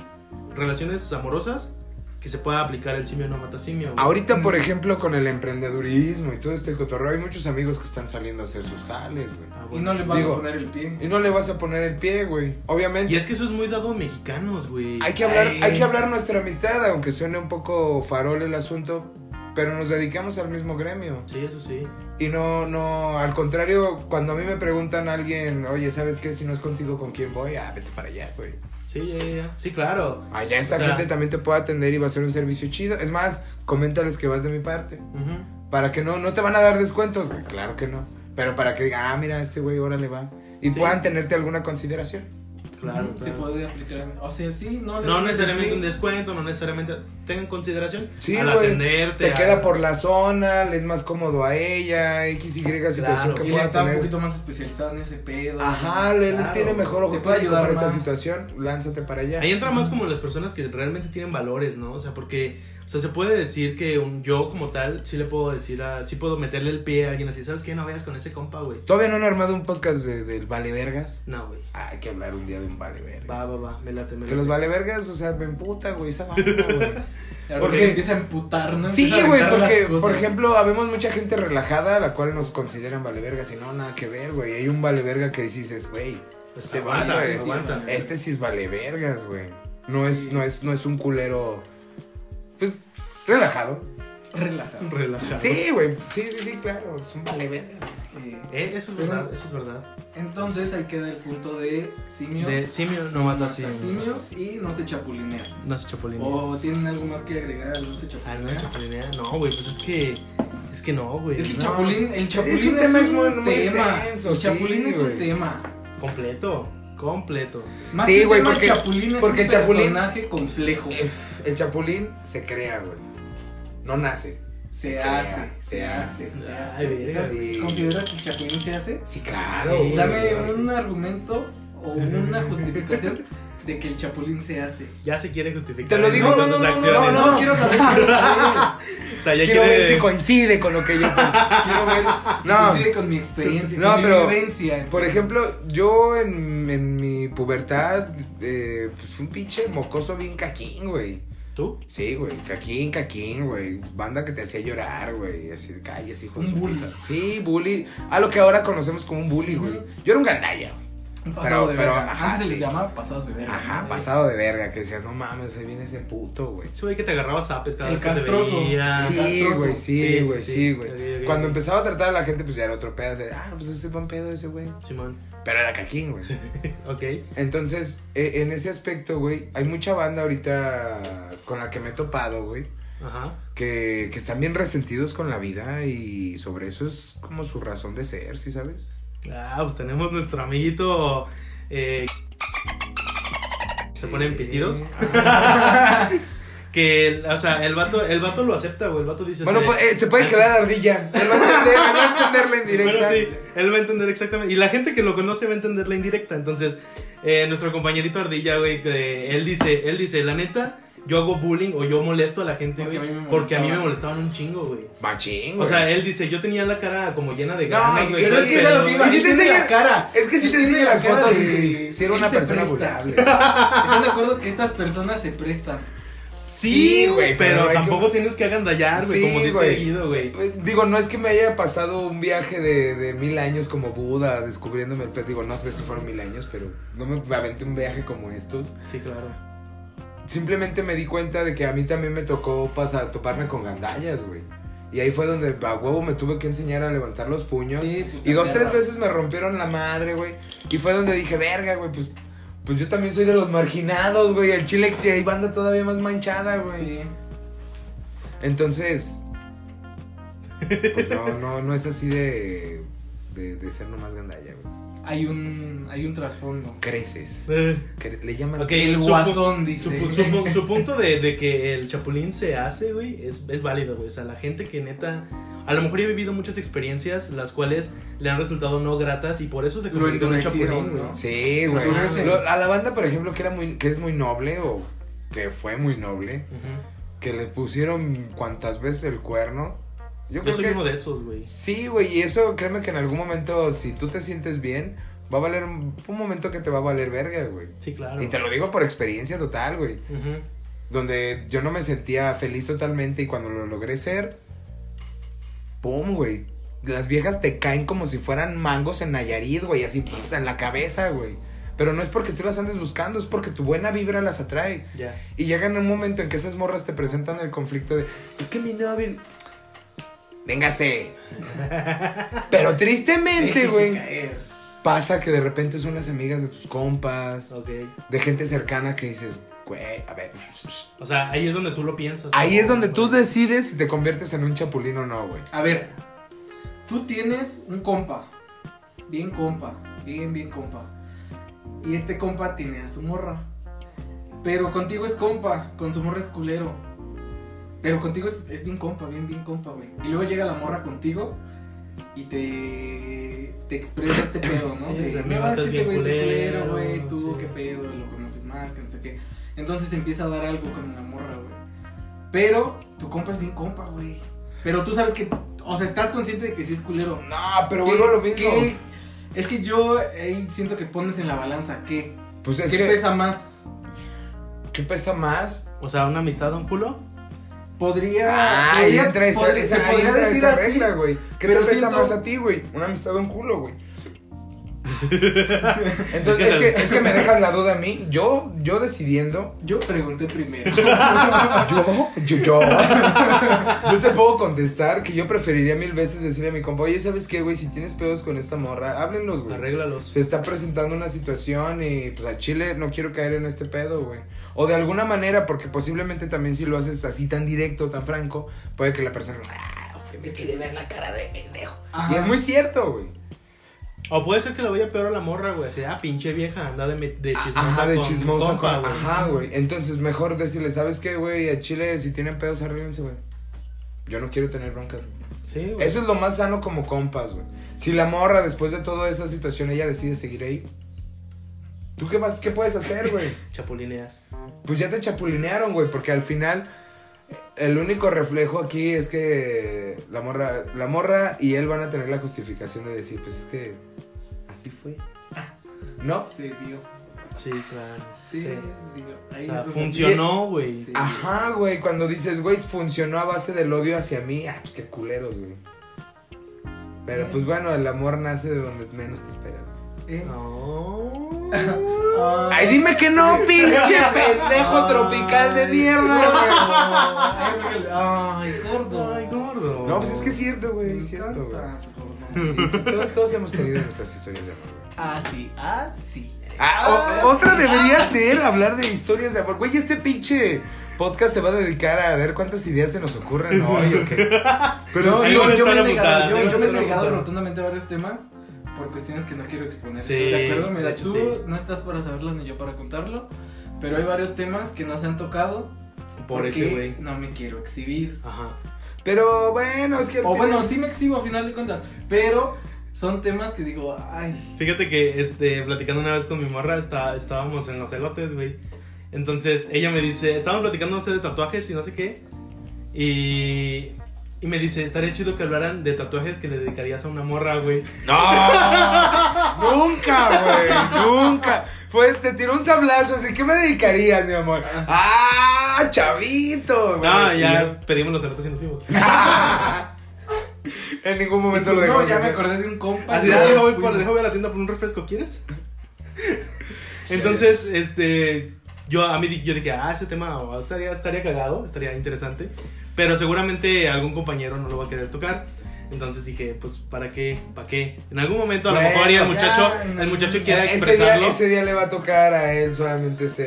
Speaker 1: relaciones amorosas, que se pueda aplicar el simio no mata simio, güey.
Speaker 3: Ahorita, por ejemplo, con el emprendedurismo y todo este cotorreo, hay muchos amigos que están saliendo a hacer sus jales, güey.
Speaker 1: Ah,
Speaker 2: Y
Speaker 1: bueno,
Speaker 2: no le
Speaker 1: sí.
Speaker 2: vas
Speaker 3: Digo,
Speaker 2: a poner el pie.
Speaker 3: Y no le vas a poner el pie, güey. Obviamente.
Speaker 1: Y es que eso es muy dado a mexicanos, güey.
Speaker 3: Hay que hablar,
Speaker 2: Ay.
Speaker 3: hay que hablar nuestra amistad, aunque suene un poco farol el asunto, pero nos dedicamos al mismo gremio.
Speaker 1: Sí, eso sí.
Speaker 3: Y no, no, al contrario, cuando a mí me preguntan a alguien, oye, ¿sabes qué? Si no es contigo, ¿con quién voy? Ah, vete para allá, güey.
Speaker 1: Sí, ya, ya, ya. Sí, claro.
Speaker 3: Allá esta
Speaker 1: O sea-
Speaker 3: gente también te puede atender y va a ser un servicio chido. Es más, coméntales que vas de mi parte.
Speaker 1: Ujú.
Speaker 3: Para que no, no te van a dar descuentos, güey. Claro que no. Pero para que diga, ah, mira, este güey, ahora le va. Y
Speaker 1: Sí.
Speaker 3: puedan tenerte alguna consideración.
Speaker 1: Claro,
Speaker 2: Se
Speaker 1: claro.
Speaker 2: puede aplicar. O sea, sí, no le
Speaker 1: No
Speaker 2: pones
Speaker 1: necesariamente un
Speaker 2: el pie.
Speaker 1: descuento, no necesariamente. Tengan consideración
Speaker 3: Sí,
Speaker 1: al
Speaker 3: güey.
Speaker 1: atenderte.
Speaker 3: Te
Speaker 1: al-
Speaker 3: queda por la zona, le es más cómodo a ella, X, Y situación
Speaker 1: Claro.
Speaker 3: que
Speaker 2: Y él
Speaker 3: pueda
Speaker 2: está
Speaker 3: tener.
Speaker 2: un poquito más especializado en ese pedo.
Speaker 3: Ajá, él
Speaker 1: Claro.
Speaker 3: tiene mejor ojo
Speaker 2: Te
Speaker 3: que
Speaker 2: puede
Speaker 3: ayudar
Speaker 2: ayudar
Speaker 3: para esta
Speaker 2: más.
Speaker 3: situación. Lánzate para allá.
Speaker 1: Ahí entra más como las personas que realmente tienen valores, ¿no? O sea, porque. O sea, se puede decir que un, yo como tal sí le puedo decir a... Sí puedo meterle el pie a alguien así. ¿Sabes qué? No vayas con ese compa, güey.
Speaker 3: Todavía no han armado un podcast de- del Vale Vergas.
Speaker 1: No, güey.
Speaker 3: Ah, hay que hablar un día de un Vale
Speaker 1: Va,
Speaker 3: Vergas.
Speaker 1: va, va. Me late, me
Speaker 3: Que los
Speaker 1: late.
Speaker 3: Vale Vergas, o sea, me emputa, güey, esa banda, güey.
Speaker 2: Porque
Speaker 3: Porque-
Speaker 2: empieza a emputar, ¿no?
Speaker 3: Sí,
Speaker 2: Empieza a
Speaker 3: güey,
Speaker 2: aventar las
Speaker 3: porque,
Speaker 2: cosas.
Speaker 3: por ejemplo, habemos mucha gente relajada a la cual nos consideran vale vergas y no, nada que ver, güey. Hay un vale verga que dices, güey,
Speaker 1: Este
Speaker 3: Ah,
Speaker 1: aguanta,
Speaker 3: sí,
Speaker 1: güey,
Speaker 3: sí,
Speaker 1: aguanta.
Speaker 2: sí.
Speaker 3: este sí es vale vergas, güey. No,
Speaker 2: Sí.
Speaker 3: es, no, es, no es un culero, pues, relajado.
Speaker 2: Relajado.
Speaker 1: Relajado.
Speaker 3: Sí, güey, sí, sí, sí, claro, es un vale verga.
Speaker 2: Eh,
Speaker 1: Eh, eso es
Speaker 2: Pero-
Speaker 1: verdad, eso es verdad.
Speaker 2: entonces ahí queda el punto de simio.
Speaker 1: De simio no mata simio.
Speaker 2: simios y no se chapulinea.
Speaker 1: No se chapulinea.
Speaker 2: ¿O tienen algo más que agregar al no se
Speaker 1: Ah, no se
Speaker 2: chapulinea?
Speaker 1: chapulinea. No, güey, pues es que. Es que no, güey.
Speaker 2: Es que el
Speaker 1: No.
Speaker 2: chapulín, el chapulín es
Speaker 3: un
Speaker 2: un
Speaker 3: tema
Speaker 2: tema.
Speaker 3: muy- muy extenso,
Speaker 2: el chapulín
Speaker 3: sí,
Speaker 2: es un
Speaker 3: güey.
Speaker 2: tema.
Speaker 1: Completo, completo.
Speaker 2: Más
Speaker 3: Sí,
Speaker 2: que
Speaker 3: güey,
Speaker 2: tema,
Speaker 3: porque-
Speaker 2: el chapulín es
Speaker 3: porque
Speaker 2: un
Speaker 3: el chapulín-
Speaker 2: personaje complejo.
Speaker 1: Eh,
Speaker 3: El chapulín se crea, güey. No nace.
Speaker 2: Se
Speaker 3: crea,
Speaker 2: hace, se
Speaker 3: se
Speaker 2: hace, se
Speaker 1: eh, Ay, verga.
Speaker 2: hace.
Speaker 3: Sí.
Speaker 2: ¿Consideras que el chapulín se hace?
Speaker 3: Sí, claro.
Speaker 1: Sí,
Speaker 2: Dame
Speaker 3: güey.
Speaker 2: un argumento o una justificación de que el chapulín se hace.
Speaker 1: Ya se quiere justificar.
Speaker 3: Te lo
Speaker 1: en
Speaker 3: digo, no, no,
Speaker 1: tus
Speaker 3: no,
Speaker 1: acciones,
Speaker 3: no, no, quiero saber. quiero saber.
Speaker 1: O sea, ya
Speaker 3: Quiero
Speaker 1: quiere.
Speaker 3: ver si coincide con lo que yo. Ah,
Speaker 2: Quiero ver si
Speaker 3: No.
Speaker 2: coincide con mi experiencia,
Speaker 3: No,
Speaker 2: con
Speaker 3: pero,
Speaker 2: mi vivencia.
Speaker 3: Por ejemplo, yo en, en mi pubertad, eh, pues fui un pinche mocoso bien caquín, güey.
Speaker 1: ¿Tú?
Speaker 3: Sí, güey, caquín, caquín, güey. Banda que te hacía llorar, güey. Así, calles, hijo
Speaker 2: Un
Speaker 3: de su
Speaker 2: bully.
Speaker 3: puta. Sí, bully. A lo que ahora conocemos como un bully, güey.
Speaker 2: Ujú.
Speaker 3: Yo era un gandalla, güey.
Speaker 2: Un pasado
Speaker 3: pero-
Speaker 2: de
Speaker 3: pero,
Speaker 2: verga.
Speaker 3: ajá,
Speaker 2: Antes se les
Speaker 3: sí.
Speaker 2: llamaba pasados de verga.
Speaker 3: Ajá,
Speaker 2: ¿no?
Speaker 3: pasado de verga. Que decías, no mames, ahí viene ese puto, güey.
Speaker 1: Ese güey que te agarraba zapes cada
Speaker 2: El
Speaker 1: vez que te
Speaker 2: castroso.
Speaker 1: veía.
Speaker 3: Sí,
Speaker 2: castroso.
Speaker 3: güey,
Speaker 1: Ah, Sí,
Speaker 3: sí,
Speaker 1: sí,
Speaker 3: güey,
Speaker 1: sí.
Speaker 3: sí, güey.
Speaker 1: Ok, ok,
Speaker 3: Cuando
Speaker 1: ok.
Speaker 3: empezaba a tratar a la gente, pues ya era otro pedo. De, ah, pues ese es buen pedo ese, güey.
Speaker 1: Simón.
Speaker 3: Pero era caquín, güey.
Speaker 1: Ok.
Speaker 3: Entonces, e- en ese aspecto, güey, hay mucha banda ahorita con la que me he topado, güey.
Speaker 1: Ajá.
Speaker 3: Que, que están bien resentidos con la vida y sobre eso es como su razón de ser, ¿sí sabes?
Speaker 1: Ah, pues tenemos nuestro amiguito. Eh, se ponen pitidos.
Speaker 3: Ah.
Speaker 1: Que, o sea, el vato, el vato lo acepta, güey. El vato dice.
Speaker 3: Bueno,
Speaker 1: sí.
Speaker 3: pues, eh, se puede quedar ardilla. Él va a entender- él va a entenderla en directa.
Speaker 1: Bueno, sí, él va a entender exactamente. Y la gente que lo conoce va a entender la indirecta. Entonces, eh, nuestro compañerito Ardilla, güey, que él dice, él dice, la neta, yo hago bullying o yo molesto a la gente,
Speaker 2: Porque
Speaker 1: güey,
Speaker 2: a mí me
Speaker 1: porque a mí me
Speaker 2: molestaban.
Speaker 1: molestaban un chingo, güey.
Speaker 3: Machín,
Speaker 1: O
Speaker 3: güey.
Speaker 1: sea, él dice, yo tenía la cara como llena de
Speaker 3: No,
Speaker 1: granos,
Speaker 3: y
Speaker 1: güey,
Speaker 3: es
Speaker 1: todo el
Speaker 3: que es a lo
Speaker 1: pelo,
Speaker 3: que iba.
Speaker 1: güey.
Speaker 2: Y si te enseña la cara.
Speaker 3: es que si
Speaker 2: Sí,
Speaker 3: te enseño
Speaker 2: tiene
Speaker 3: las
Speaker 2: la cara
Speaker 3: fotos
Speaker 2: de-
Speaker 3: y si, si era
Speaker 2: él
Speaker 3: una
Speaker 2: se
Speaker 3: persona
Speaker 2: presta.
Speaker 3: vulnerable.
Speaker 2: ¿Están de acuerdo que estas personas se prestan?
Speaker 1: Sí,
Speaker 3: Sí,
Speaker 1: güey,
Speaker 3: güey,
Speaker 1: pero,
Speaker 3: pero hay que-
Speaker 1: tampoco tienes que agandallar, güey,
Speaker 3: Sí,
Speaker 1: como dice
Speaker 3: güey.
Speaker 1: Guido, güey.
Speaker 3: Digo, no es que me haya pasado un viaje de, de mil años como Buda, descubriéndome el pez. Digo, no sé si fueron mil años, pero no me aventé un viaje como estos.
Speaker 1: Sí, claro.
Speaker 3: Simplemente me di cuenta de que a mí también me tocó pasar, toparme con gandallas, güey. Y ahí fue donde a huevo me tuve que enseñar a levantar los puños.
Speaker 2: Sí, pues, puta
Speaker 3: y dos,
Speaker 2: mierda.
Speaker 3: tres veces me rompieron la madre, güey. Y fue donde dije, verga, güey, pues, pues yo también soy de los marginados, güey. El chilex y hay banda todavía más manchada, güey.
Speaker 2: Sí.
Speaker 3: Entonces, pues no, no, no es así de, de, de ser nomás gandalla, güey.
Speaker 2: Hay un, hay un trasfondo.
Speaker 3: Creces.
Speaker 1: Eh,
Speaker 3: Cre- le llaman...
Speaker 1: Ok.
Speaker 2: El
Speaker 1: su-
Speaker 2: guasón,
Speaker 1: Su,
Speaker 2: dice.
Speaker 1: pu- su pu- su punto de, de que el chapulín se hace, güey, es, es válido, güey. O sea, la gente que neta. A lo mejor he vivido muchas experiencias las cuales le han resultado no gratas y por eso se
Speaker 2: Lo
Speaker 1: convirtió en un
Speaker 2: endurecieron,
Speaker 1: chapulín, güey.
Speaker 2: ¿no?
Speaker 3: Sí, güey.
Speaker 1: Ajá, güey.
Speaker 3: Lo- a la banda, por ejemplo, que, era muy, que es muy noble o que fue muy noble,
Speaker 1: Ujú.
Speaker 3: que le pusieron cuantas veces el cuerno. Yo,
Speaker 1: Yo
Speaker 3: creo
Speaker 1: soy
Speaker 3: que...
Speaker 1: uno de esos, güey.
Speaker 3: Sí, güey, y eso créeme que en algún momento, si tú te sientes bien, va a valer un, un momento que te va a valer verga, güey.
Speaker 1: Sí, claro.
Speaker 3: Y te lo digo por experiencia total, güey.
Speaker 1: Ujú.
Speaker 3: donde yo no me sentía feliz totalmente y cuando lo logré ser, ¡pum, güey! Las viejas te caen como si fueran mangos en Nayarit, güey, así ¡pum!, en la cabeza, güey. Pero no es porque tú las andes buscando, es porque tu buena vibra las atrae.
Speaker 1: Ya.
Speaker 3: Y llegan un momento en que esas morras te presentan el conflicto de, es que mi novio... Véngase. Pero tristemente,
Speaker 2: Déjese
Speaker 3: güey,
Speaker 2: caer.
Speaker 3: pasa que de repente son las amigas de tus compas,
Speaker 1: Ok.
Speaker 3: de gente cercana que dices, güey, a ver,
Speaker 1: O sea, ahí es donde tú lo piensas.
Speaker 3: Ahí
Speaker 1: ¿no?
Speaker 3: es donde tú
Speaker 1: Bueno.
Speaker 3: decides si te conviertes en un chapulín o no, güey.
Speaker 2: A ver, tú tienes un compa, bien compa, bien, bien compa. Y este compa tiene a su morra. Pero contigo es compa, con su morra es culero. Pero contigo es, es bien compa, bien, bien compa, güey. Y luego llega la morra contigo y te, te expresa este pedo, ¿no?
Speaker 1: Sí,
Speaker 2: de,
Speaker 1: de, "Me
Speaker 2: no, es
Speaker 1: matas
Speaker 2: que este
Speaker 1: bien
Speaker 2: güey es bien
Speaker 1: culero,
Speaker 2: culero, güey, tú,
Speaker 1: sí".
Speaker 2: qué pedo, lo conoces más, que no sé qué. Entonces empieza a dar algo con la morra, güey. Pero tu compa es bien compa, güey. Pero tú sabes que, o sea, estás consciente de que sí es culero.
Speaker 3: No, pero
Speaker 2: ¿Qué-
Speaker 3: vuelvo a lo mismo.
Speaker 2: qué- Es que yo ahí siento que pones en la balanza, ¿qué?
Speaker 3: Pues es
Speaker 2: ¿Qué
Speaker 3: que,
Speaker 2: pesa más?
Speaker 3: ¿qué pesa más?
Speaker 1: O sea, una amistad a un culo.
Speaker 2: Podría.
Speaker 3: Ah, ahí
Speaker 2: podría-
Speaker 3: entra esa,
Speaker 2: podría-
Speaker 3: esa-
Speaker 2: se
Speaker 3: ahí
Speaker 2: podría
Speaker 3: entra
Speaker 2: decir
Speaker 3: esa
Speaker 2: así.
Speaker 3: regla, güey. ¿Qué te
Speaker 2: pero
Speaker 3: pesa
Speaker 2: siento-
Speaker 3: más a ti, güey? Una amistad o un culo, güey.
Speaker 1: Es
Speaker 3: Entonces,
Speaker 1: que
Speaker 3: es que,
Speaker 1: tal-
Speaker 3: es que me dejas la duda a mí. Yo, yo decidiendo,
Speaker 2: Yo pregunté primero.
Speaker 3: yo, yo, yo, yo te puedo contestar que yo preferiría mil veces decirle a mi compa, oye, ¿sabes qué, güey? Si tienes pedos con esta morra, háblenlos, güey.
Speaker 1: Arréglalos.
Speaker 3: se está presentando una situación y pues a Chile no quiero caer en este pedo, güey. O de alguna manera, porque posiblemente también si lo haces así tan directo, tan franco, puede que la persona... "Ah, usted me quiere ver la cara de pendejo".
Speaker 2: Ajá.
Speaker 3: Y es muy cierto, güey.
Speaker 1: O puede ser que le vaya peor a la morra, güey. Así, ah, pinche vieja, anda de, me- de chismosa.
Speaker 3: Ajá, de
Speaker 1: con mi
Speaker 3: chismoso.
Speaker 1: compa,
Speaker 3: con-
Speaker 1: güey.
Speaker 3: Ajá, güey. Entonces mejor decirle, ¿sabes qué, güey? A Chile si tienen pedos, arréglense, güey. Yo no quiero tener broncas, güey.
Speaker 1: Sí, güey.
Speaker 3: Eso es lo más sano como compas, güey. Si la morra, después de toda esa situación, ella decide seguir ahí. ¿Tú qué, vas, qué puedes hacer, güey?
Speaker 1: Chapulineas.
Speaker 3: pues ya te chapulinearon, güey, porque al final el único reflejo aquí es que la morra, la morra y él van a tener la justificación de decir, pues es que así fue. ¿No?
Speaker 2: Se dio.
Speaker 1: Sí, claro.
Speaker 2: Sí,
Speaker 1: Sí.
Speaker 2: digo,
Speaker 1: O
Speaker 2: ahí
Speaker 1: sea,
Speaker 2: es donde-
Speaker 1: funcionó, güey.
Speaker 2: Sí.
Speaker 3: Ajá, güey, cuando dices, güey, funcionó a base del odio hacia mí, ah, pues qué culeros, güey. Pero pues bueno, el amor nace de donde menos te esperas. güey.
Speaker 2: Eh.
Speaker 1: No.
Speaker 2: Ah.
Speaker 3: Ay, dime que no, pinche pendejo tropical de mierda, güey.
Speaker 2: Ay, gordo.
Speaker 1: Ay, gordo.
Speaker 3: No, pues es que es cierto, güey, es cierto, güey. Todos, todos hemos tenido nuestras historias de amor. güey.
Speaker 2: Así, así.
Speaker 3: Ah, o- otra debería ser hablar de historias de amor. Güey, este pinche podcast se va a dedicar a ver cuántas ideas se nos ocurren hoy o qué. Pero
Speaker 1: No,
Speaker 3: sí,
Speaker 1: yo-
Speaker 3: yo,
Speaker 1: yo-
Speaker 3: me
Speaker 1: Están
Speaker 3: he
Speaker 1: apuntadas,
Speaker 3: negado, yo-
Speaker 1: ¿eh?
Speaker 2: Yo, yo me he
Speaker 1: Eso no
Speaker 2: negado
Speaker 1: contaron.
Speaker 2: rotundamente a varios temas por cuestiones que no quiero exponer.
Speaker 1: Sí,
Speaker 2: ¿Estás de acuerdo?
Speaker 1: de
Speaker 2: Mira,
Speaker 1: hecho,
Speaker 2: tú
Speaker 1: sí.
Speaker 2: no estás para saberlo ni yo para contarlo, pero hay varios temas que no se han tocado
Speaker 1: Por
Speaker 2: porque
Speaker 1: ese, güey.
Speaker 2: no me quiero exhibir.
Speaker 1: Ajá.
Speaker 3: Pero bueno, es que. al
Speaker 2: O
Speaker 3: final-
Speaker 2: bueno, sí me exhibo a final de cuentas, pero son temas que digo, ay,
Speaker 1: Fíjate que este, platicando una vez con mi morra, está, estábamos en los elotes, güey. Entonces ella me dice, estábamos platicando no sé, de tatuajes y no sé qué. Y, y me dice, estaría chido que hablaran de tatuajes que le dedicarías a una morra, güey.
Speaker 3: No, nunca, güey, nunca. Fue, te tiró un sablazo, así que me dedicarías, mi amor. Ah, chavito. güey.
Speaker 1: No, ya pedimos los elotes Ah, y nos fuimos.
Speaker 3: En ningún momento lo
Speaker 2: no,
Speaker 3: dejamos.
Speaker 2: ya
Speaker 3: en-
Speaker 2: me acordé de un compa.
Speaker 1: Así,
Speaker 2: y
Speaker 1: ah,
Speaker 2: ya
Speaker 1: deja, voy
Speaker 2: fui.
Speaker 1: por- deja, voy a la tienda por un refresco, ¿quieres? Entonces, este, yo a mí di- yo dije, ah, ese tema oh, estaría, estaría cagado, estaría interesante, pero seguramente algún compañero no lo va a querer tocar. Entonces dije, pues, ¿para qué? ¿Para qué? En algún momento a lo
Speaker 3: Bueno,
Speaker 1: mejor y el
Speaker 3: ya,
Speaker 1: muchacho,
Speaker 3: en
Speaker 1: el muchacho
Speaker 3: algún-
Speaker 1: quiera
Speaker 3: Eh, ese día,
Speaker 1: expresarlo.
Speaker 3: ese día le va a tocar a él solamente se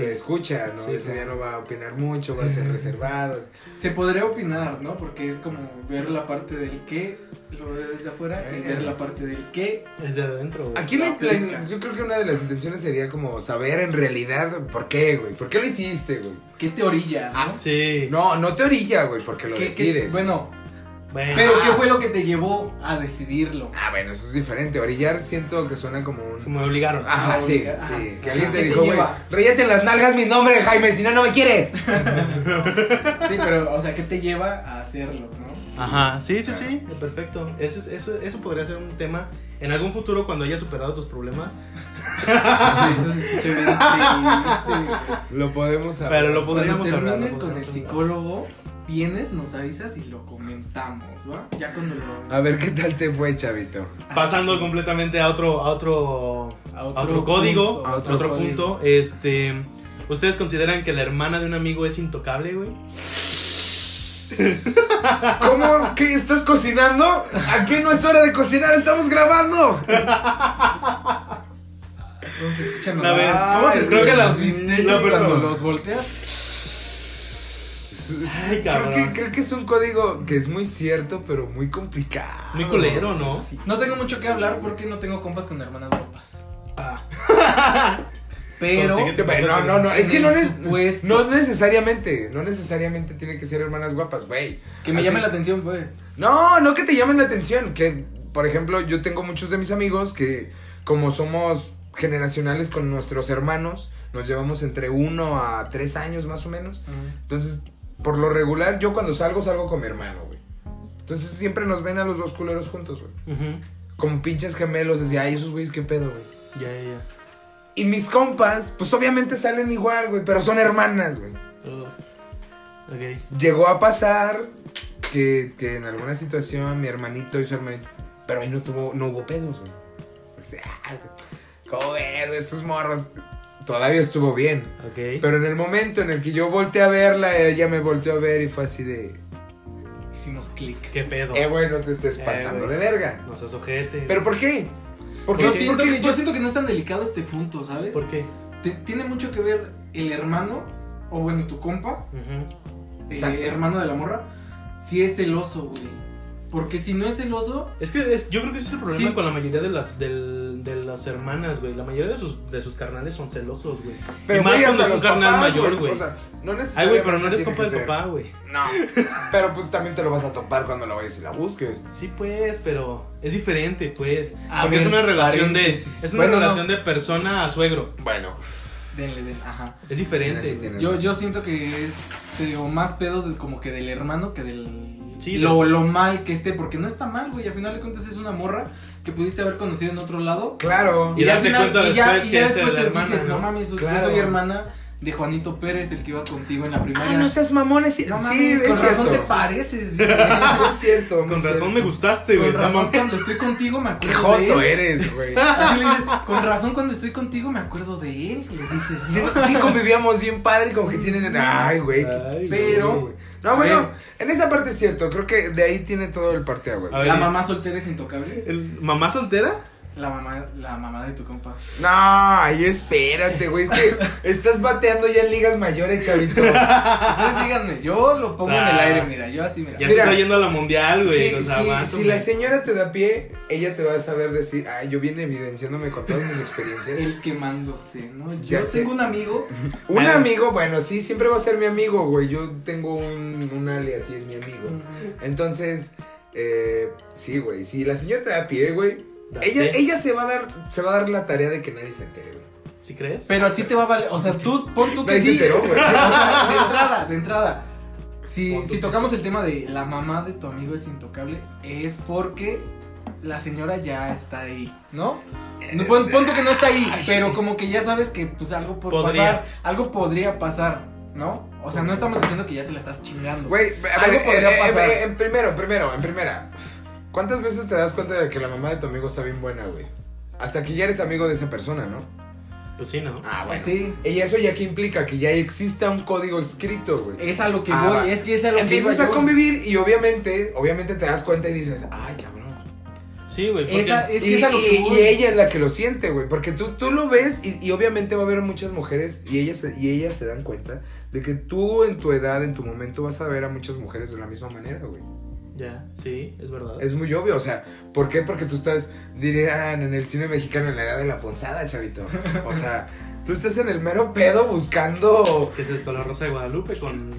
Speaker 1: Sí.
Speaker 3: escucha, ¿no?
Speaker 1: Sí,
Speaker 3: ese
Speaker 1: sí.
Speaker 3: día no va a opinar mucho, va a ser reservado.
Speaker 2: Se podría opinar, ¿no? Porque es como ver la parte del qué, lo veo desde afuera, y
Speaker 3: Eh.
Speaker 2: ver la parte del qué.
Speaker 1: Es de adentro, güey.
Speaker 3: Aquí la- la-
Speaker 2: aplica.
Speaker 3: yo creo que una de las intenciones sería como saber en realidad por qué, güey. ¿Por qué lo hiciste, güey?
Speaker 2: ¿Qué te orilla?
Speaker 3: Ah,
Speaker 2: ¿no?
Speaker 1: Sí.
Speaker 3: No, no te orilla, güey, porque lo
Speaker 2: ¿Qué- qué-
Speaker 3: decides.
Speaker 2: bueno,
Speaker 1: Bueno,
Speaker 2: pero
Speaker 3: Ah.
Speaker 2: ¿qué fue lo que te llevó a decidirlo?
Speaker 3: Ah, bueno, eso es diferente. Orillar siento que suena como un...
Speaker 1: me obligaron.
Speaker 3: Ajá,
Speaker 2: Ah,
Speaker 3: sí,
Speaker 2: obliga- ajá.
Speaker 3: sí. Que alguien
Speaker 2: ¿Qué
Speaker 3: te
Speaker 2: te
Speaker 3: dijo, güey,
Speaker 2: lleva?
Speaker 3: ríete en las nalgas mi nombre, Jaime, si no, no me quieres.
Speaker 2: Sí, pero, o sea, ¿qué te lleva a hacerlo, no?
Speaker 1: Ajá, sí, sí, sí, perfecto. Eso, es- eso, eso podría ser un tema en algún futuro cuando hayas superado tus problemas.
Speaker 2: Eso se escucha bien triste.
Speaker 3: Lo podemos
Speaker 1: Pero lo
Speaker 2: Cuando
Speaker 1: podríamos hablar.
Speaker 2: termines
Speaker 1: lo
Speaker 2: con el
Speaker 1: podríamos hablar.
Speaker 2: psicólogo, vienes, nos avisas y lo comentamos, ¿va? Ya cuando lo...
Speaker 3: A ver qué tal te fue, chavito.
Speaker 1: Ah, Pasando completamente a otro, a otro,
Speaker 2: a
Speaker 1: a otro código,
Speaker 2: punto,
Speaker 3: a
Speaker 1: a otro, punto. Este, ¿ustedes consideran que la hermana de un amigo es intocable, güey?
Speaker 3: ¿Cómo? ¿Qué? ¿Estás cocinando? Aquí no es hora de cocinar, estamos grabando.
Speaker 2: ¿Cómo se escuchan los-
Speaker 1: A ver,
Speaker 2: ¿cómo se
Speaker 1: ay,
Speaker 2: escuchan
Speaker 1: creo que
Speaker 2: los
Speaker 1: las-
Speaker 2: bisteces
Speaker 1: las
Speaker 2: cuando
Speaker 1: personas.
Speaker 2: los volteas?
Speaker 1: Ay,
Speaker 3: creo,
Speaker 1: cabrón.
Speaker 3: que, creo que es un código que es muy cierto, pero muy complicado.
Speaker 1: Muy culero, ¿no?
Speaker 3: Sí.
Speaker 2: No tengo mucho que hablar porque no tengo compas con hermanas guapas.
Speaker 1: Ah.
Speaker 2: Pero...
Speaker 1: Consigue
Speaker 3: Que, bueno, No, no, no, es que no, ne-
Speaker 2: Supuesto.
Speaker 3: no necesariamente, no necesariamente tiene que ser hermanas guapas, güey.
Speaker 2: Que me
Speaker 3: Al
Speaker 2: llame
Speaker 3: fin-
Speaker 2: la atención, pues.
Speaker 3: No, no que te llamen la atención. Que, por ejemplo, yo tengo muchos de mis amigos que, como somos generacionales con nuestros hermanos, nos llevamos entre uno a tres años más o menos. Entonces, por lo regular, yo cuando salgo, salgo con mi hermano, güey. Entonces, siempre nos ven a los dos culeros juntos, güey.
Speaker 1: Ujú.
Speaker 3: Como pinches gemelos, decía, ay, esos güeyes, qué pedo, güey.
Speaker 1: Ya, ya, ya.
Speaker 3: Y mis compas, pues obviamente salen igual, güey, pero son hermanas, güey.
Speaker 1: Oh. Ok.
Speaker 3: Llegó a pasar que, que en alguna situación mi hermanito y su hermanito, pero ahí no tuvo, no hubo pedos, güey. Pues, ah, ¿Cómo ves, güey, esos morros? Todavía estuvo bien.
Speaker 1: Ok.
Speaker 3: Pero en el momento en el que yo volteé a verla, ella me volteó a ver y fue así de.
Speaker 2: Hicimos clic.
Speaker 1: ¿Qué pedo?
Speaker 3: Eh, bueno, te estés
Speaker 1: Eh,
Speaker 3: pasando
Speaker 1: güey.
Speaker 3: de verga.
Speaker 1: No seas ojete.
Speaker 3: ¿Pero por qué? Porque
Speaker 2: Yo siento, que, yo siento que no es tan delicado este punto, ¿sabes?
Speaker 1: ¿Por qué?
Speaker 2: Te- tiene mucho que ver el hermano, o bueno, tu compa,
Speaker 1: Ujú.
Speaker 2: eh,
Speaker 3: Exacto.
Speaker 2: hermano de la morra, si es celoso, güey. Porque si no es celoso,
Speaker 1: Es que es- yo creo que ese es el problema
Speaker 2: Sí.
Speaker 1: con la mayoría de las, del- de las hermanas, güey. La mayoría de sus, de sus carnales son celosos, güey. y más
Speaker 3: güey,
Speaker 1: cuando
Speaker 3: hasta
Speaker 1: es un
Speaker 3: los
Speaker 1: carnal
Speaker 3: papás,
Speaker 1: mayor, güey.
Speaker 3: O sea, no
Speaker 1: Ay, güey, pero
Speaker 3: necesariamente
Speaker 1: no eres
Speaker 3: tiene
Speaker 1: compa
Speaker 3: que
Speaker 1: de
Speaker 3: ser.
Speaker 1: papá, güey.
Speaker 3: No, pero pues también te lo vas a topar cuando lo vayas y la busques.
Speaker 1: Sí, pues, pero es diferente, pues.
Speaker 2: A
Speaker 1: Porque
Speaker 2: ver,
Speaker 1: es una relación de.
Speaker 2: paréntesis.
Speaker 1: Es una
Speaker 2: Ah, Bueno, no.
Speaker 1: relación de persona a suegro.
Speaker 3: Bueno,
Speaker 2: denle, denle, ajá.
Speaker 1: Es
Speaker 3: en
Speaker 1: diferente.
Speaker 3: eso tienes
Speaker 2: Yo,
Speaker 3: razón.
Speaker 2: yo siento que es te digo, más pedo de- como que del hermano que del...
Speaker 1: Sí,
Speaker 2: lo, lo mal que esté, porque no está mal, güey. Al final de cuentas es una morra que pudiste haber conocido en otro lado.
Speaker 3: Claro.
Speaker 1: Y
Speaker 2: al
Speaker 1: darte cuenta
Speaker 2: y ya-
Speaker 1: después
Speaker 2: y
Speaker 1: que
Speaker 2: ya
Speaker 1: es
Speaker 2: después
Speaker 1: la
Speaker 2: te
Speaker 1: hermana,
Speaker 2: dices, no,
Speaker 1: ¿no?
Speaker 2: mames, yo
Speaker 3: Claro.
Speaker 2: soy hermana de Juanito Pérez, el que iba contigo en la primaria.
Speaker 3: Ah, seas mamones.
Speaker 2: No mames,
Speaker 3: sí,
Speaker 2: con
Speaker 3: es cierto.
Speaker 2: razón te pareces. güey.
Speaker 3: No es cierto.
Speaker 1: Con
Speaker 3: no es
Speaker 1: razón
Speaker 3: cierto.
Speaker 1: me gustaste, güey.
Speaker 2: con
Speaker 1: no
Speaker 2: razón
Speaker 1: mames.
Speaker 2: cuando estoy contigo me
Speaker 3: Qué
Speaker 2: acuerdo de él.
Speaker 3: joto eh. eres, güey.
Speaker 2: Así le dices, con razón cuando estoy contigo me acuerdo de él. Le dices,
Speaker 3: Sí,
Speaker 2: ¿no?
Speaker 3: sí convivíamos bien padre, como que tienen. Ay, güey. qué-
Speaker 1: Ay,
Speaker 3: Pero.
Speaker 2: güey.
Speaker 3: No,
Speaker 2: A
Speaker 3: bueno,
Speaker 2: ver.
Speaker 3: en esa parte es cierto. Creo que de ahí tiene todo el parte güey.
Speaker 1: A ver.
Speaker 2: La mamá soltera es intocable.
Speaker 1: ¿El- ¿Mamá soltera?
Speaker 2: La mamá, la mamá de tu compa.
Speaker 3: No, ahí espérate, güey. Es que estás bateando ya en ligas mayores, chavito.
Speaker 2: Ustedes díganme, yo lo pongo en el aire, mira, yo así, mira.
Speaker 1: Ya
Speaker 3: Mira,
Speaker 1: está yendo a la mundial, güey.
Speaker 3: Sí,
Speaker 1: o sea,
Speaker 3: sí,
Speaker 1: más o
Speaker 3: si la
Speaker 1: menos.
Speaker 3: señora te da pie, ella te va a saber decir, ay, yo vine evidenciándome con todas mis experiencias.
Speaker 2: El quemándose, ¿no? Yo
Speaker 3: Ya
Speaker 2: tengo
Speaker 3: sé.
Speaker 2: un amigo.
Speaker 3: Un
Speaker 1: Ah.
Speaker 3: amigo, bueno, sí, siempre va a ser mi amigo, güey. Yo tengo un, un alias y es mi amigo. Entonces, eh, sí, güey, si la señora te da pie, güey,
Speaker 1: Date.
Speaker 3: ella, ella se va a dar, se va a dar la tarea de que nadie se entere, güey.
Speaker 1: ¿Sí crees?
Speaker 2: Pero a ti te va a valer. O sea, tú pon tú que
Speaker 3: Nadie se
Speaker 2: sí.
Speaker 3: enteró, güey.
Speaker 2: O sea, de entrada, de entrada. Si,
Speaker 1: Pon tú
Speaker 2: si
Speaker 1: que
Speaker 2: tocamos el tema de la mamá de tu amigo es intocable, es porque la señora ya está ahí, ¿no?
Speaker 3: Eh,
Speaker 2: No, pon, pon tú que no está ahí, pero como que ya sabes que pues algo por
Speaker 1: Podría.
Speaker 2: pasar, algo podría pasar, ¿no? O sea, no estamos diciendo que ya te la estás chingando.
Speaker 3: Güey, a
Speaker 2: Algo
Speaker 3: ver,
Speaker 2: podría
Speaker 3: eh, eh,
Speaker 2: pasar.
Speaker 3: eh, en primero, primero, en primera. ¿Cuántas veces te das cuenta de que la mamá de tu amigo está bien buena, güey? Hasta que ya eres amigo de esa persona, ¿no?
Speaker 1: Pues sí, ¿no?
Speaker 3: Ah,
Speaker 2: Sí.
Speaker 3: Y eso ya que implica que ya exista un código escrito, güey.
Speaker 2: Es a lo que
Speaker 3: Ah,
Speaker 2: voy,
Speaker 3: va.
Speaker 2: es que es a lo
Speaker 3: Empiezas
Speaker 2: que
Speaker 3: a
Speaker 2: iba yo.
Speaker 3: convivir y obviamente, obviamente te das cuenta y dices, ay, cabrón.
Speaker 1: Sí, güey. porque-
Speaker 2: Esa- es que
Speaker 3: y,
Speaker 2: es a lo que
Speaker 3: y-
Speaker 2: voy.
Speaker 3: y ella es la que lo siente, güey, porque tú, tú lo ves y, y obviamente va a haber muchas mujeres y ellas, se- y ellas se dan cuenta de que tú en tu edad, en tu momento, vas a ver a muchas mujeres de la misma manera, güey.
Speaker 1: Ya, sí, es verdad.
Speaker 3: Es muy obvio, o sea, ¿por qué? Porque tú estás, dirían en el cine mexicano, en la era de la ponzada, chavito. O sea, tú estás en el mero pedo buscando...
Speaker 1: ¿Qué es esto? ¿La Rosa de Guadalupe con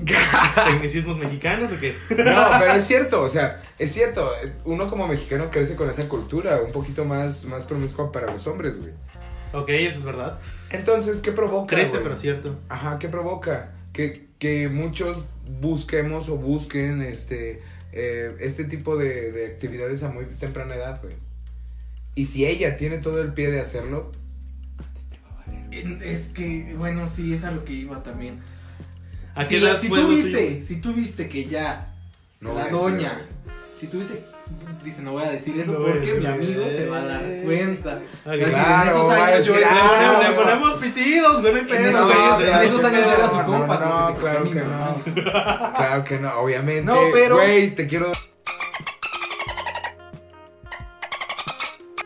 Speaker 1: tecnicismos mexicanos o qué?
Speaker 3: No, pero es cierto, o sea, es cierto. Uno como mexicano crece con esa cultura un poquito más, más promiscua para los hombres, güey.
Speaker 1: Ok, eso es verdad.
Speaker 3: Entonces, ¿qué provoca?
Speaker 1: Creste,
Speaker 3: güey?
Speaker 1: pero cierto.
Speaker 3: Ajá, ¿qué provoca? Que, que muchos busquemos o busquen este, eh, este tipo de, de actividades a muy temprana edad, güey. Y si ella tiene todo el pie de hacerlo,
Speaker 2: Es que, bueno, sí, es a lo que iba también.
Speaker 1: Aquí
Speaker 2: Si,
Speaker 1: la-
Speaker 2: la- si
Speaker 1: fue
Speaker 2: tú
Speaker 1: lo tuyo.
Speaker 2: viste, si tú viste que ya,
Speaker 3: no
Speaker 2: la
Speaker 3: voy a decir,
Speaker 2: doña,
Speaker 3: güey.
Speaker 2: si tú viste, dice, no voy a decir eso
Speaker 1: No voy a
Speaker 2: porque mi
Speaker 1: decir-
Speaker 2: amigo se va a dar cuenta.
Speaker 1: Ok.
Speaker 2: Así,
Speaker 3: Claro,
Speaker 2: en esos
Speaker 3: va a
Speaker 2: años yo
Speaker 3: decir,
Speaker 2: era-
Speaker 3: ah,
Speaker 1: Le
Speaker 3: no,
Speaker 1: ponemos pitidos, güey, no hay
Speaker 2: En
Speaker 1: pedo,
Speaker 2: esos
Speaker 1: güey,
Speaker 2: años-
Speaker 1: o
Speaker 2: en
Speaker 1: sea,
Speaker 2: esos años era su
Speaker 3: no,
Speaker 2: compa,
Speaker 3: no,
Speaker 2: como que se
Speaker 3: claro
Speaker 2: cogió a mi
Speaker 3: que
Speaker 2: mamá.
Speaker 3: Claro que no, obviamente.
Speaker 2: No, pero-
Speaker 3: Güey, te quiero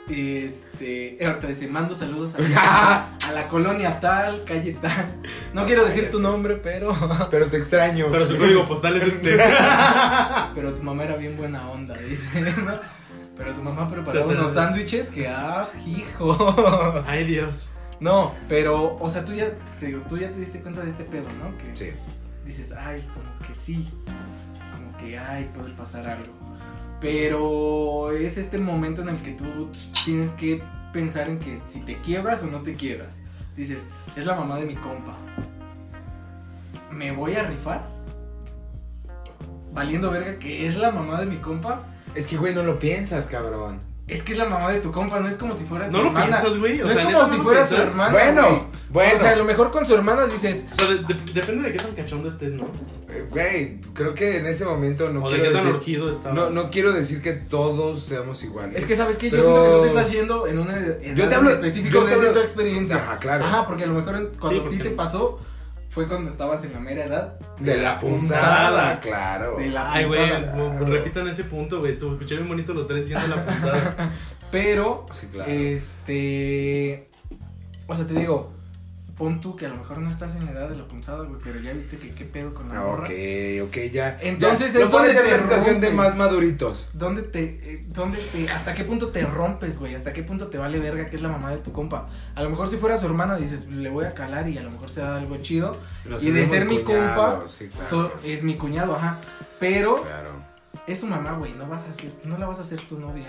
Speaker 2: Este, eh, ahorita dice, mando saludos a, mi- a la colonia tal, calle tal. No quiero decir tu nombre, pero
Speaker 3: Pero te extraño.
Speaker 1: Pero su código postal es este.
Speaker 2: pero tu mamá era bien buena onda, dice, ¿no? Pero tu mamá preparaba
Speaker 1: Se hace-
Speaker 2: unos sándwiches que, ah, hijo.
Speaker 1: Ay, Dios.
Speaker 2: No, pero, o sea, tú ya, te digo, tú ya te diste cuenta de este pedo, ¿no? Que
Speaker 3: Sí.
Speaker 2: dices, ay, como que sí, como que, ay, puede pasar algo. Pero es este momento en el que tú tienes que pensar en que si te quiebras o no te quiebras. Dices, es la mamá de mi compa. ¿Me voy a rifar? Valiendo verga que es la mamá de mi compa.
Speaker 3: Es que, güey, no lo piensas, cabrón.
Speaker 2: Es que es la mamá de tu compa, no es como si fueras
Speaker 1: No
Speaker 2: su
Speaker 1: lo
Speaker 2: hermana.
Speaker 1: piensas, güey. O
Speaker 2: No
Speaker 1: sea,
Speaker 2: es
Speaker 1: neta,
Speaker 2: como
Speaker 1: no
Speaker 2: si
Speaker 1: lo
Speaker 2: fuera su
Speaker 1: piensas.
Speaker 2: hermana.
Speaker 3: Bueno,
Speaker 2: güey.
Speaker 3: bueno.
Speaker 2: O sea, a lo mejor con su hermana dices,
Speaker 1: O sea, de- de- depende de qué tan cachondo estés, ¿no?
Speaker 3: Eh, Güey, creo que en ese momento no
Speaker 1: o de
Speaker 3: quiero
Speaker 1: qué tan
Speaker 3: decir...
Speaker 1: urgido estabas.
Speaker 3: No, no quiero decir que todos seamos iguales.
Speaker 2: es que sabes que yo
Speaker 3: Pero-
Speaker 2: siento que tú te estás yendo en una en
Speaker 3: Yo te
Speaker 2: algo
Speaker 3: hablo-
Speaker 2: específico
Speaker 3: yo te
Speaker 2: desde
Speaker 3: hablo-
Speaker 2: tu experiencia.
Speaker 3: Ajá, claro.
Speaker 2: Ajá, porque a lo mejor en- cuando a ti
Speaker 1: porque-
Speaker 2: te pasó fue cuando estabas en la mera edad
Speaker 3: De la
Speaker 1: punzada.
Speaker 3: punzada, claro.
Speaker 2: de la
Speaker 1: Ay, güey,
Speaker 2: punzada.
Speaker 1: bu- repitan ese punto, güey. Estuvo, escuché bien bonito los tres diciendo la punzada.
Speaker 2: Pero
Speaker 3: Sí, claro.
Speaker 2: Este. O sea, te digo, pon tú que a lo mejor no estás en la edad de la punzada, güey, pero ya viste que qué pedo con la
Speaker 3: Ah,
Speaker 2: morra.
Speaker 3: ok, ok, ya.
Speaker 2: Entonces
Speaker 3: ya,
Speaker 2: es
Speaker 3: lo pones
Speaker 2: donde
Speaker 3: en
Speaker 2: te
Speaker 3: la situación de
Speaker 2: rompes.
Speaker 3: más maduritos.
Speaker 2: ¿Dónde te, eh, dónde te, hasta qué punto te rompes, güey? ¿Hasta qué punto te vale verga que es la mamá de tu compa? A lo mejor si fuera su hermana dices, le voy a calar y a lo mejor se da algo chido.
Speaker 3: Nos
Speaker 2: Y de
Speaker 3: hacemos
Speaker 2: ser mi
Speaker 3: cuñados,
Speaker 2: compa,
Speaker 3: sí, claro,
Speaker 2: So- es mi cuñado, ajá. Pero
Speaker 3: claro.
Speaker 2: es su mamá, güey, no vas a ser, no la vas a hacer tu novia.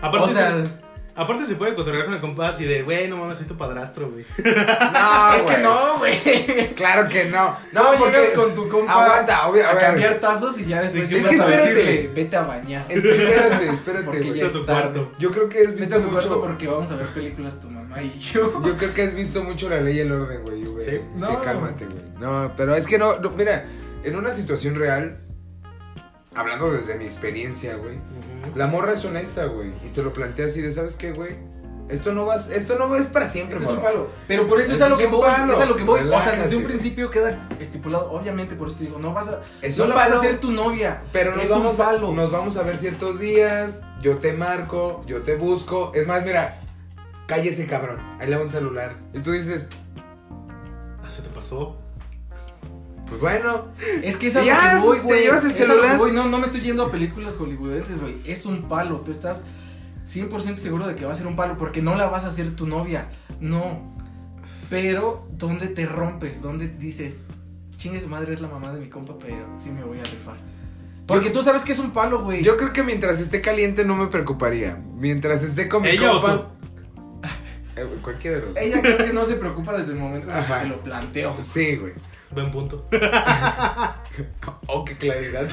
Speaker 1: Aparte,
Speaker 2: o sea,
Speaker 1: se, aparte se puede cotorrear con el compás y de, güey, no mames, soy tu padrastro, güey.
Speaker 3: No,
Speaker 2: es que
Speaker 3: güey,
Speaker 2: no, güey.
Speaker 3: Claro que no. No,
Speaker 2: No,
Speaker 3: porque
Speaker 2: llegas con tu compa.
Speaker 3: aguanta, obvio, a
Speaker 2: a
Speaker 3: ver.
Speaker 2: cambiar tazos y ya después
Speaker 1: Es
Speaker 2: llegas
Speaker 3: que
Speaker 2: a
Speaker 3: espérate.
Speaker 2: decirle, vete a bañar.
Speaker 3: Es- espérate, espérate,
Speaker 2: Porque
Speaker 3: güey.
Speaker 1: Vete
Speaker 2: ya
Speaker 1: a tu
Speaker 2: es tarde.
Speaker 1: cuarto.
Speaker 3: Yo creo que has
Speaker 2: Vete
Speaker 3: visto
Speaker 2: a tu
Speaker 3: mucho.
Speaker 2: cuarto porque vamos a ver películas tu mamá y yo.
Speaker 3: Yo creo que has visto mucho la ley y el orden, güey. güey.
Speaker 1: Sí.
Speaker 3: Sí,
Speaker 2: No.
Speaker 3: cálmate, güey. No, pero es que no, no, mira, en una situación real, hablando desde mi experiencia, güey,
Speaker 1: Ujú.
Speaker 3: la morra es honesta, güey, y te lo plantea así de, ¿sabes qué, güey? Esto no vas, esto no es para siempre,
Speaker 2: Este es un
Speaker 3: morra".
Speaker 2: palo. Pero por eso es
Speaker 3: Este
Speaker 2: a lo
Speaker 3: es
Speaker 2: que
Speaker 3: un
Speaker 2: voy.
Speaker 3: palo.
Speaker 2: Es a lo que voy. O sea, desde
Speaker 3: Relájate.
Speaker 2: un principio queda estipulado. Obviamente, por eso te digo, no vas a.
Speaker 3: Es
Speaker 2: no
Speaker 3: un
Speaker 2: la vas a
Speaker 3: palo,
Speaker 2: hacer tu novia.
Speaker 3: Pero nos
Speaker 2: es un
Speaker 3: vamos, a,
Speaker 2: palo.
Speaker 3: nos vamos a ver ciertos días, yo te marco, yo te busco. Es más, mira, cállese, cabrón, ahí le va un celular. Y tú dices,
Speaker 1: Ah, se te pasó.
Speaker 3: pues bueno,
Speaker 2: Es que es a lo
Speaker 3: Ya,
Speaker 2: que voy,
Speaker 3: te
Speaker 2: güey.
Speaker 3: llevas el
Speaker 2: Es a lo que
Speaker 3: celular.
Speaker 2: voy. No, no me estoy yendo a películas hollywoodenses, güey. Es un palo. Tú estás 100% seguro de que va a ser un palo porque no la vas a hacer tu novia. No. Pero, ¿dónde te rompes? ¿Dónde dices, chingue su madre, es la mamá de mi compa, pero sí me voy a rifar? Porque tú sabes que es un palo, güey.
Speaker 3: yo creo que mientras esté caliente no me preocuparía. Mientras esté con mi
Speaker 1: ¿Ella o
Speaker 3: compa- Eh, güey, cualquiera de los dos.
Speaker 2: Ella creo que no se preocupa desde el momento en el
Speaker 3: Ajá.
Speaker 2: que lo planteo.
Speaker 3: Sí, güey.
Speaker 1: Buen punto.
Speaker 3: Oh, qué claridad.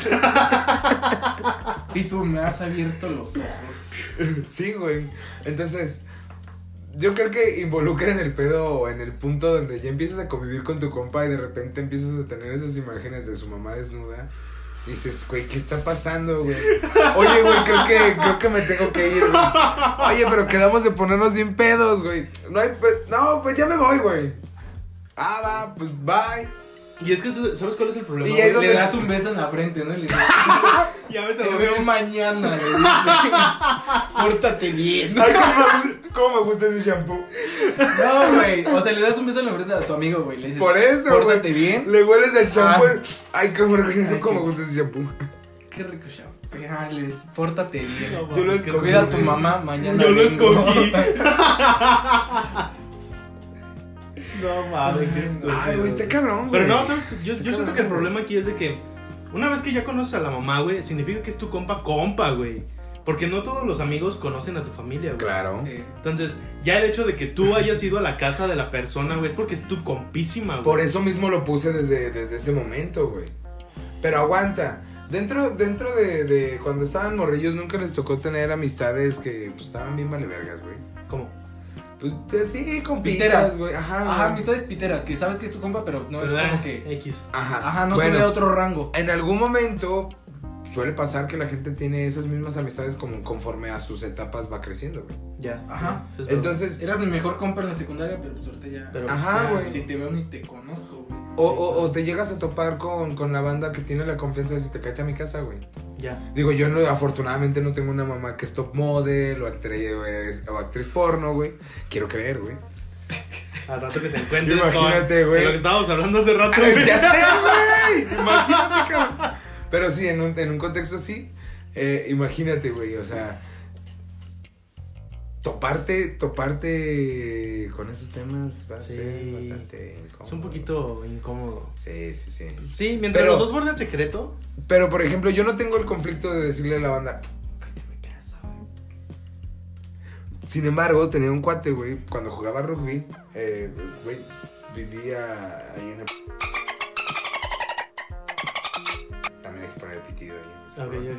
Speaker 2: Y tú me has abierto los ojos.
Speaker 3: Sí, güey. Entonces, yo creo que involucra en el pedo o en el punto donde ya empiezas a convivir con tu compa y de repente empiezas a tener esas imágenes de su mamá desnuda. Y dices, güey, ¿qué está pasando, güey? Oye, güey, creo que, creo que me tengo que ir, güey. Oye, pero quedamos de ponernos bien pedos, güey. No hay pe- No, pues ya me voy, güey. Ah, va, pues bye.
Speaker 1: Y es que, eso- ¿sabes cuál es el problema?
Speaker 3: Y
Speaker 1: güey?
Speaker 3: es
Speaker 2: Le
Speaker 3: donde-
Speaker 2: das un beso en la frente, ¿no? Y le dices,
Speaker 1: Ya vete a
Speaker 2: te
Speaker 1: dormir.
Speaker 2: veo mañana, le dices. Pórtate bien.
Speaker 3: Ay, cómo me- cómo me gusta ese shampoo.
Speaker 2: No, güey. O sea, le das un beso en la frente a tu amigo, güey. Le dices,
Speaker 3: Por eso, güey.
Speaker 2: Pórtate bien.
Speaker 3: Le hueles el shampoo.
Speaker 2: Ah.
Speaker 3: Ay, cómo,
Speaker 2: Ay,
Speaker 3: cómo
Speaker 2: qué-
Speaker 3: me gusta ese shampoo.
Speaker 2: Qué rico champú. Ah, le dices, pórtate bien.
Speaker 1: No,
Speaker 3: Yo lo
Speaker 1: es que
Speaker 3: escogí.
Speaker 2: Cuida a tu mamá mañana.
Speaker 1: Yo lo
Speaker 2: vengo.
Speaker 1: escogí. No mames, qué estúpido.
Speaker 3: Ay, güey, está cabrón, güey.
Speaker 1: Pero no, ¿sabes? Yo,
Speaker 3: Está
Speaker 1: yo
Speaker 3: cabrón,
Speaker 1: siento que el
Speaker 3: güey.
Speaker 1: problema aquí es de que una vez que ya conoces a la mamá, güey, significa que es tu compa compa, güey. Porque no todos los amigos conocen a tu familia, güey.
Speaker 3: Claro.
Speaker 2: Eh,
Speaker 1: Entonces, ya el hecho de que tú hayas ido a la casa de la persona, güey, es porque es tu compísima, güey.
Speaker 3: Por eso mismo lo puse desde, desde ese momento, güey. Pero aguanta. Dentro, dentro de, de cuando estaban morrillos, nunca les tocó tener amistades que pues, estaban bien valevergas, güey.
Speaker 1: ¿Cómo?
Speaker 3: Pues así,
Speaker 2: Piteras.
Speaker 3: compitas, güey. Ajá,
Speaker 2: Ajá,
Speaker 3: güey.
Speaker 2: ah, amistades piteras, que sabes que es tu compa, pero no es
Speaker 1: ¿Verdad?
Speaker 2: como que.
Speaker 1: X.
Speaker 3: Ajá.
Speaker 2: Ajá, no
Speaker 3: Bueno,
Speaker 2: se ve otro rango.
Speaker 3: En algún momento suele pasar que la gente tiene esas mismas amistades como conforme a sus etapas va creciendo, güey.
Speaker 1: Ya.
Speaker 2: Ajá.
Speaker 1: Eso es verdad.
Speaker 3: Entonces,
Speaker 2: Eras mi mejor compa en la secundaria, pero pues ahorita ya.
Speaker 1: Pero,
Speaker 3: Ajá,
Speaker 1: pues, ya,
Speaker 3: güey.
Speaker 2: Si te veo ni te conozco, güey.
Speaker 3: o, o- o te llegas a topar con, con la banda que tiene la confianza de si te cállate a mi casa, güey.
Speaker 1: Ya.
Speaker 3: Digo, yo no, afortunadamente no tengo una mamá que es top model o actriz, o actriz porno, güey. Quiero creer, güey.
Speaker 1: Al rato que te encuentres
Speaker 3: Imagínate,
Speaker 1: con
Speaker 3: güey.
Speaker 1: de lo que estábamos hablando hace rato. güey.
Speaker 3: ¡Ya sé, güey! Imagínate, cabrón. Pero sí, en un, en un contexto así, eh, imagínate, güey, o sea... Toparte, toparte con esos temas va a
Speaker 1: Sí.
Speaker 3: ser bastante incómodo.
Speaker 1: Es un poquito incómodo.
Speaker 3: Sí, sí, sí.
Speaker 1: Sí, mientras
Speaker 3: Pero-
Speaker 1: los dos guardan secreto.
Speaker 3: Pero, por ejemplo, yo no tengo el conflicto de decirle a la banda, cállame casa, güey. Sin embargo, tenía un cuate, güey, cuando jugaba rugby, eh, güey, vivía ahí en el... También hay que poner el pitido ahí. en
Speaker 1: Ah, Ok,
Speaker 3: esa
Speaker 1: ok,
Speaker 3: broma.
Speaker 1: ok.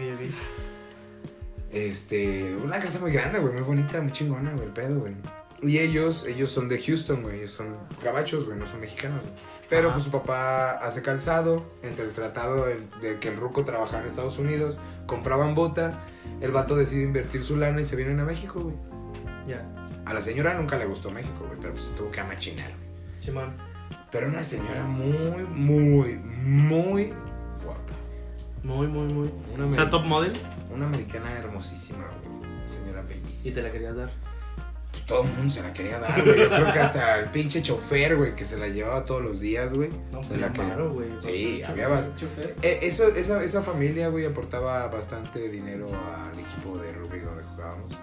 Speaker 3: Este, una casa muy grande, güey, muy bonita, muy chingona, güey, el pedo, güey. Y ellos, ellos son de Houston, güey, ellos son gabachos, güey, no son mexicanos, güey. Pero
Speaker 1: Ajá.
Speaker 3: pues su papá hace calzado, entre el tratado del- de, que el ruco trabajaba en Estados Unidos, compraban bota, el vato decide invertir su lana y se vienen a México, güey.
Speaker 1: Ya,
Speaker 3: A la señora nunca le gustó México, güey, pero pues se tuvo que amachinar, güey.
Speaker 1: Simón.
Speaker 3: Pero una señora muy, muy, muy guapa.
Speaker 1: Muy, muy, muy.
Speaker 3: Una,
Speaker 1: O sea,
Speaker 3: ameri-
Speaker 1: top model.
Speaker 3: una americana hermosísima, güey. Señora bellísima.
Speaker 1: Y te la querías dar.
Speaker 3: Todo el mundo se la quería dar, güey. Yo creo que hasta el pinche chofer, güey, que se la llevaba todos los días, güey.
Speaker 1: No,
Speaker 3: se la
Speaker 1: qué
Speaker 3: quería.
Speaker 1: raro, güey.
Speaker 3: Sí,
Speaker 1: Qué
Speaker 3: había bas-
Speaker 2: Chofer.
Speaker 3: Eh, eso, esa, esa familia, güey, aportaba bastante dinero al equipo de rugby donde jugábamos.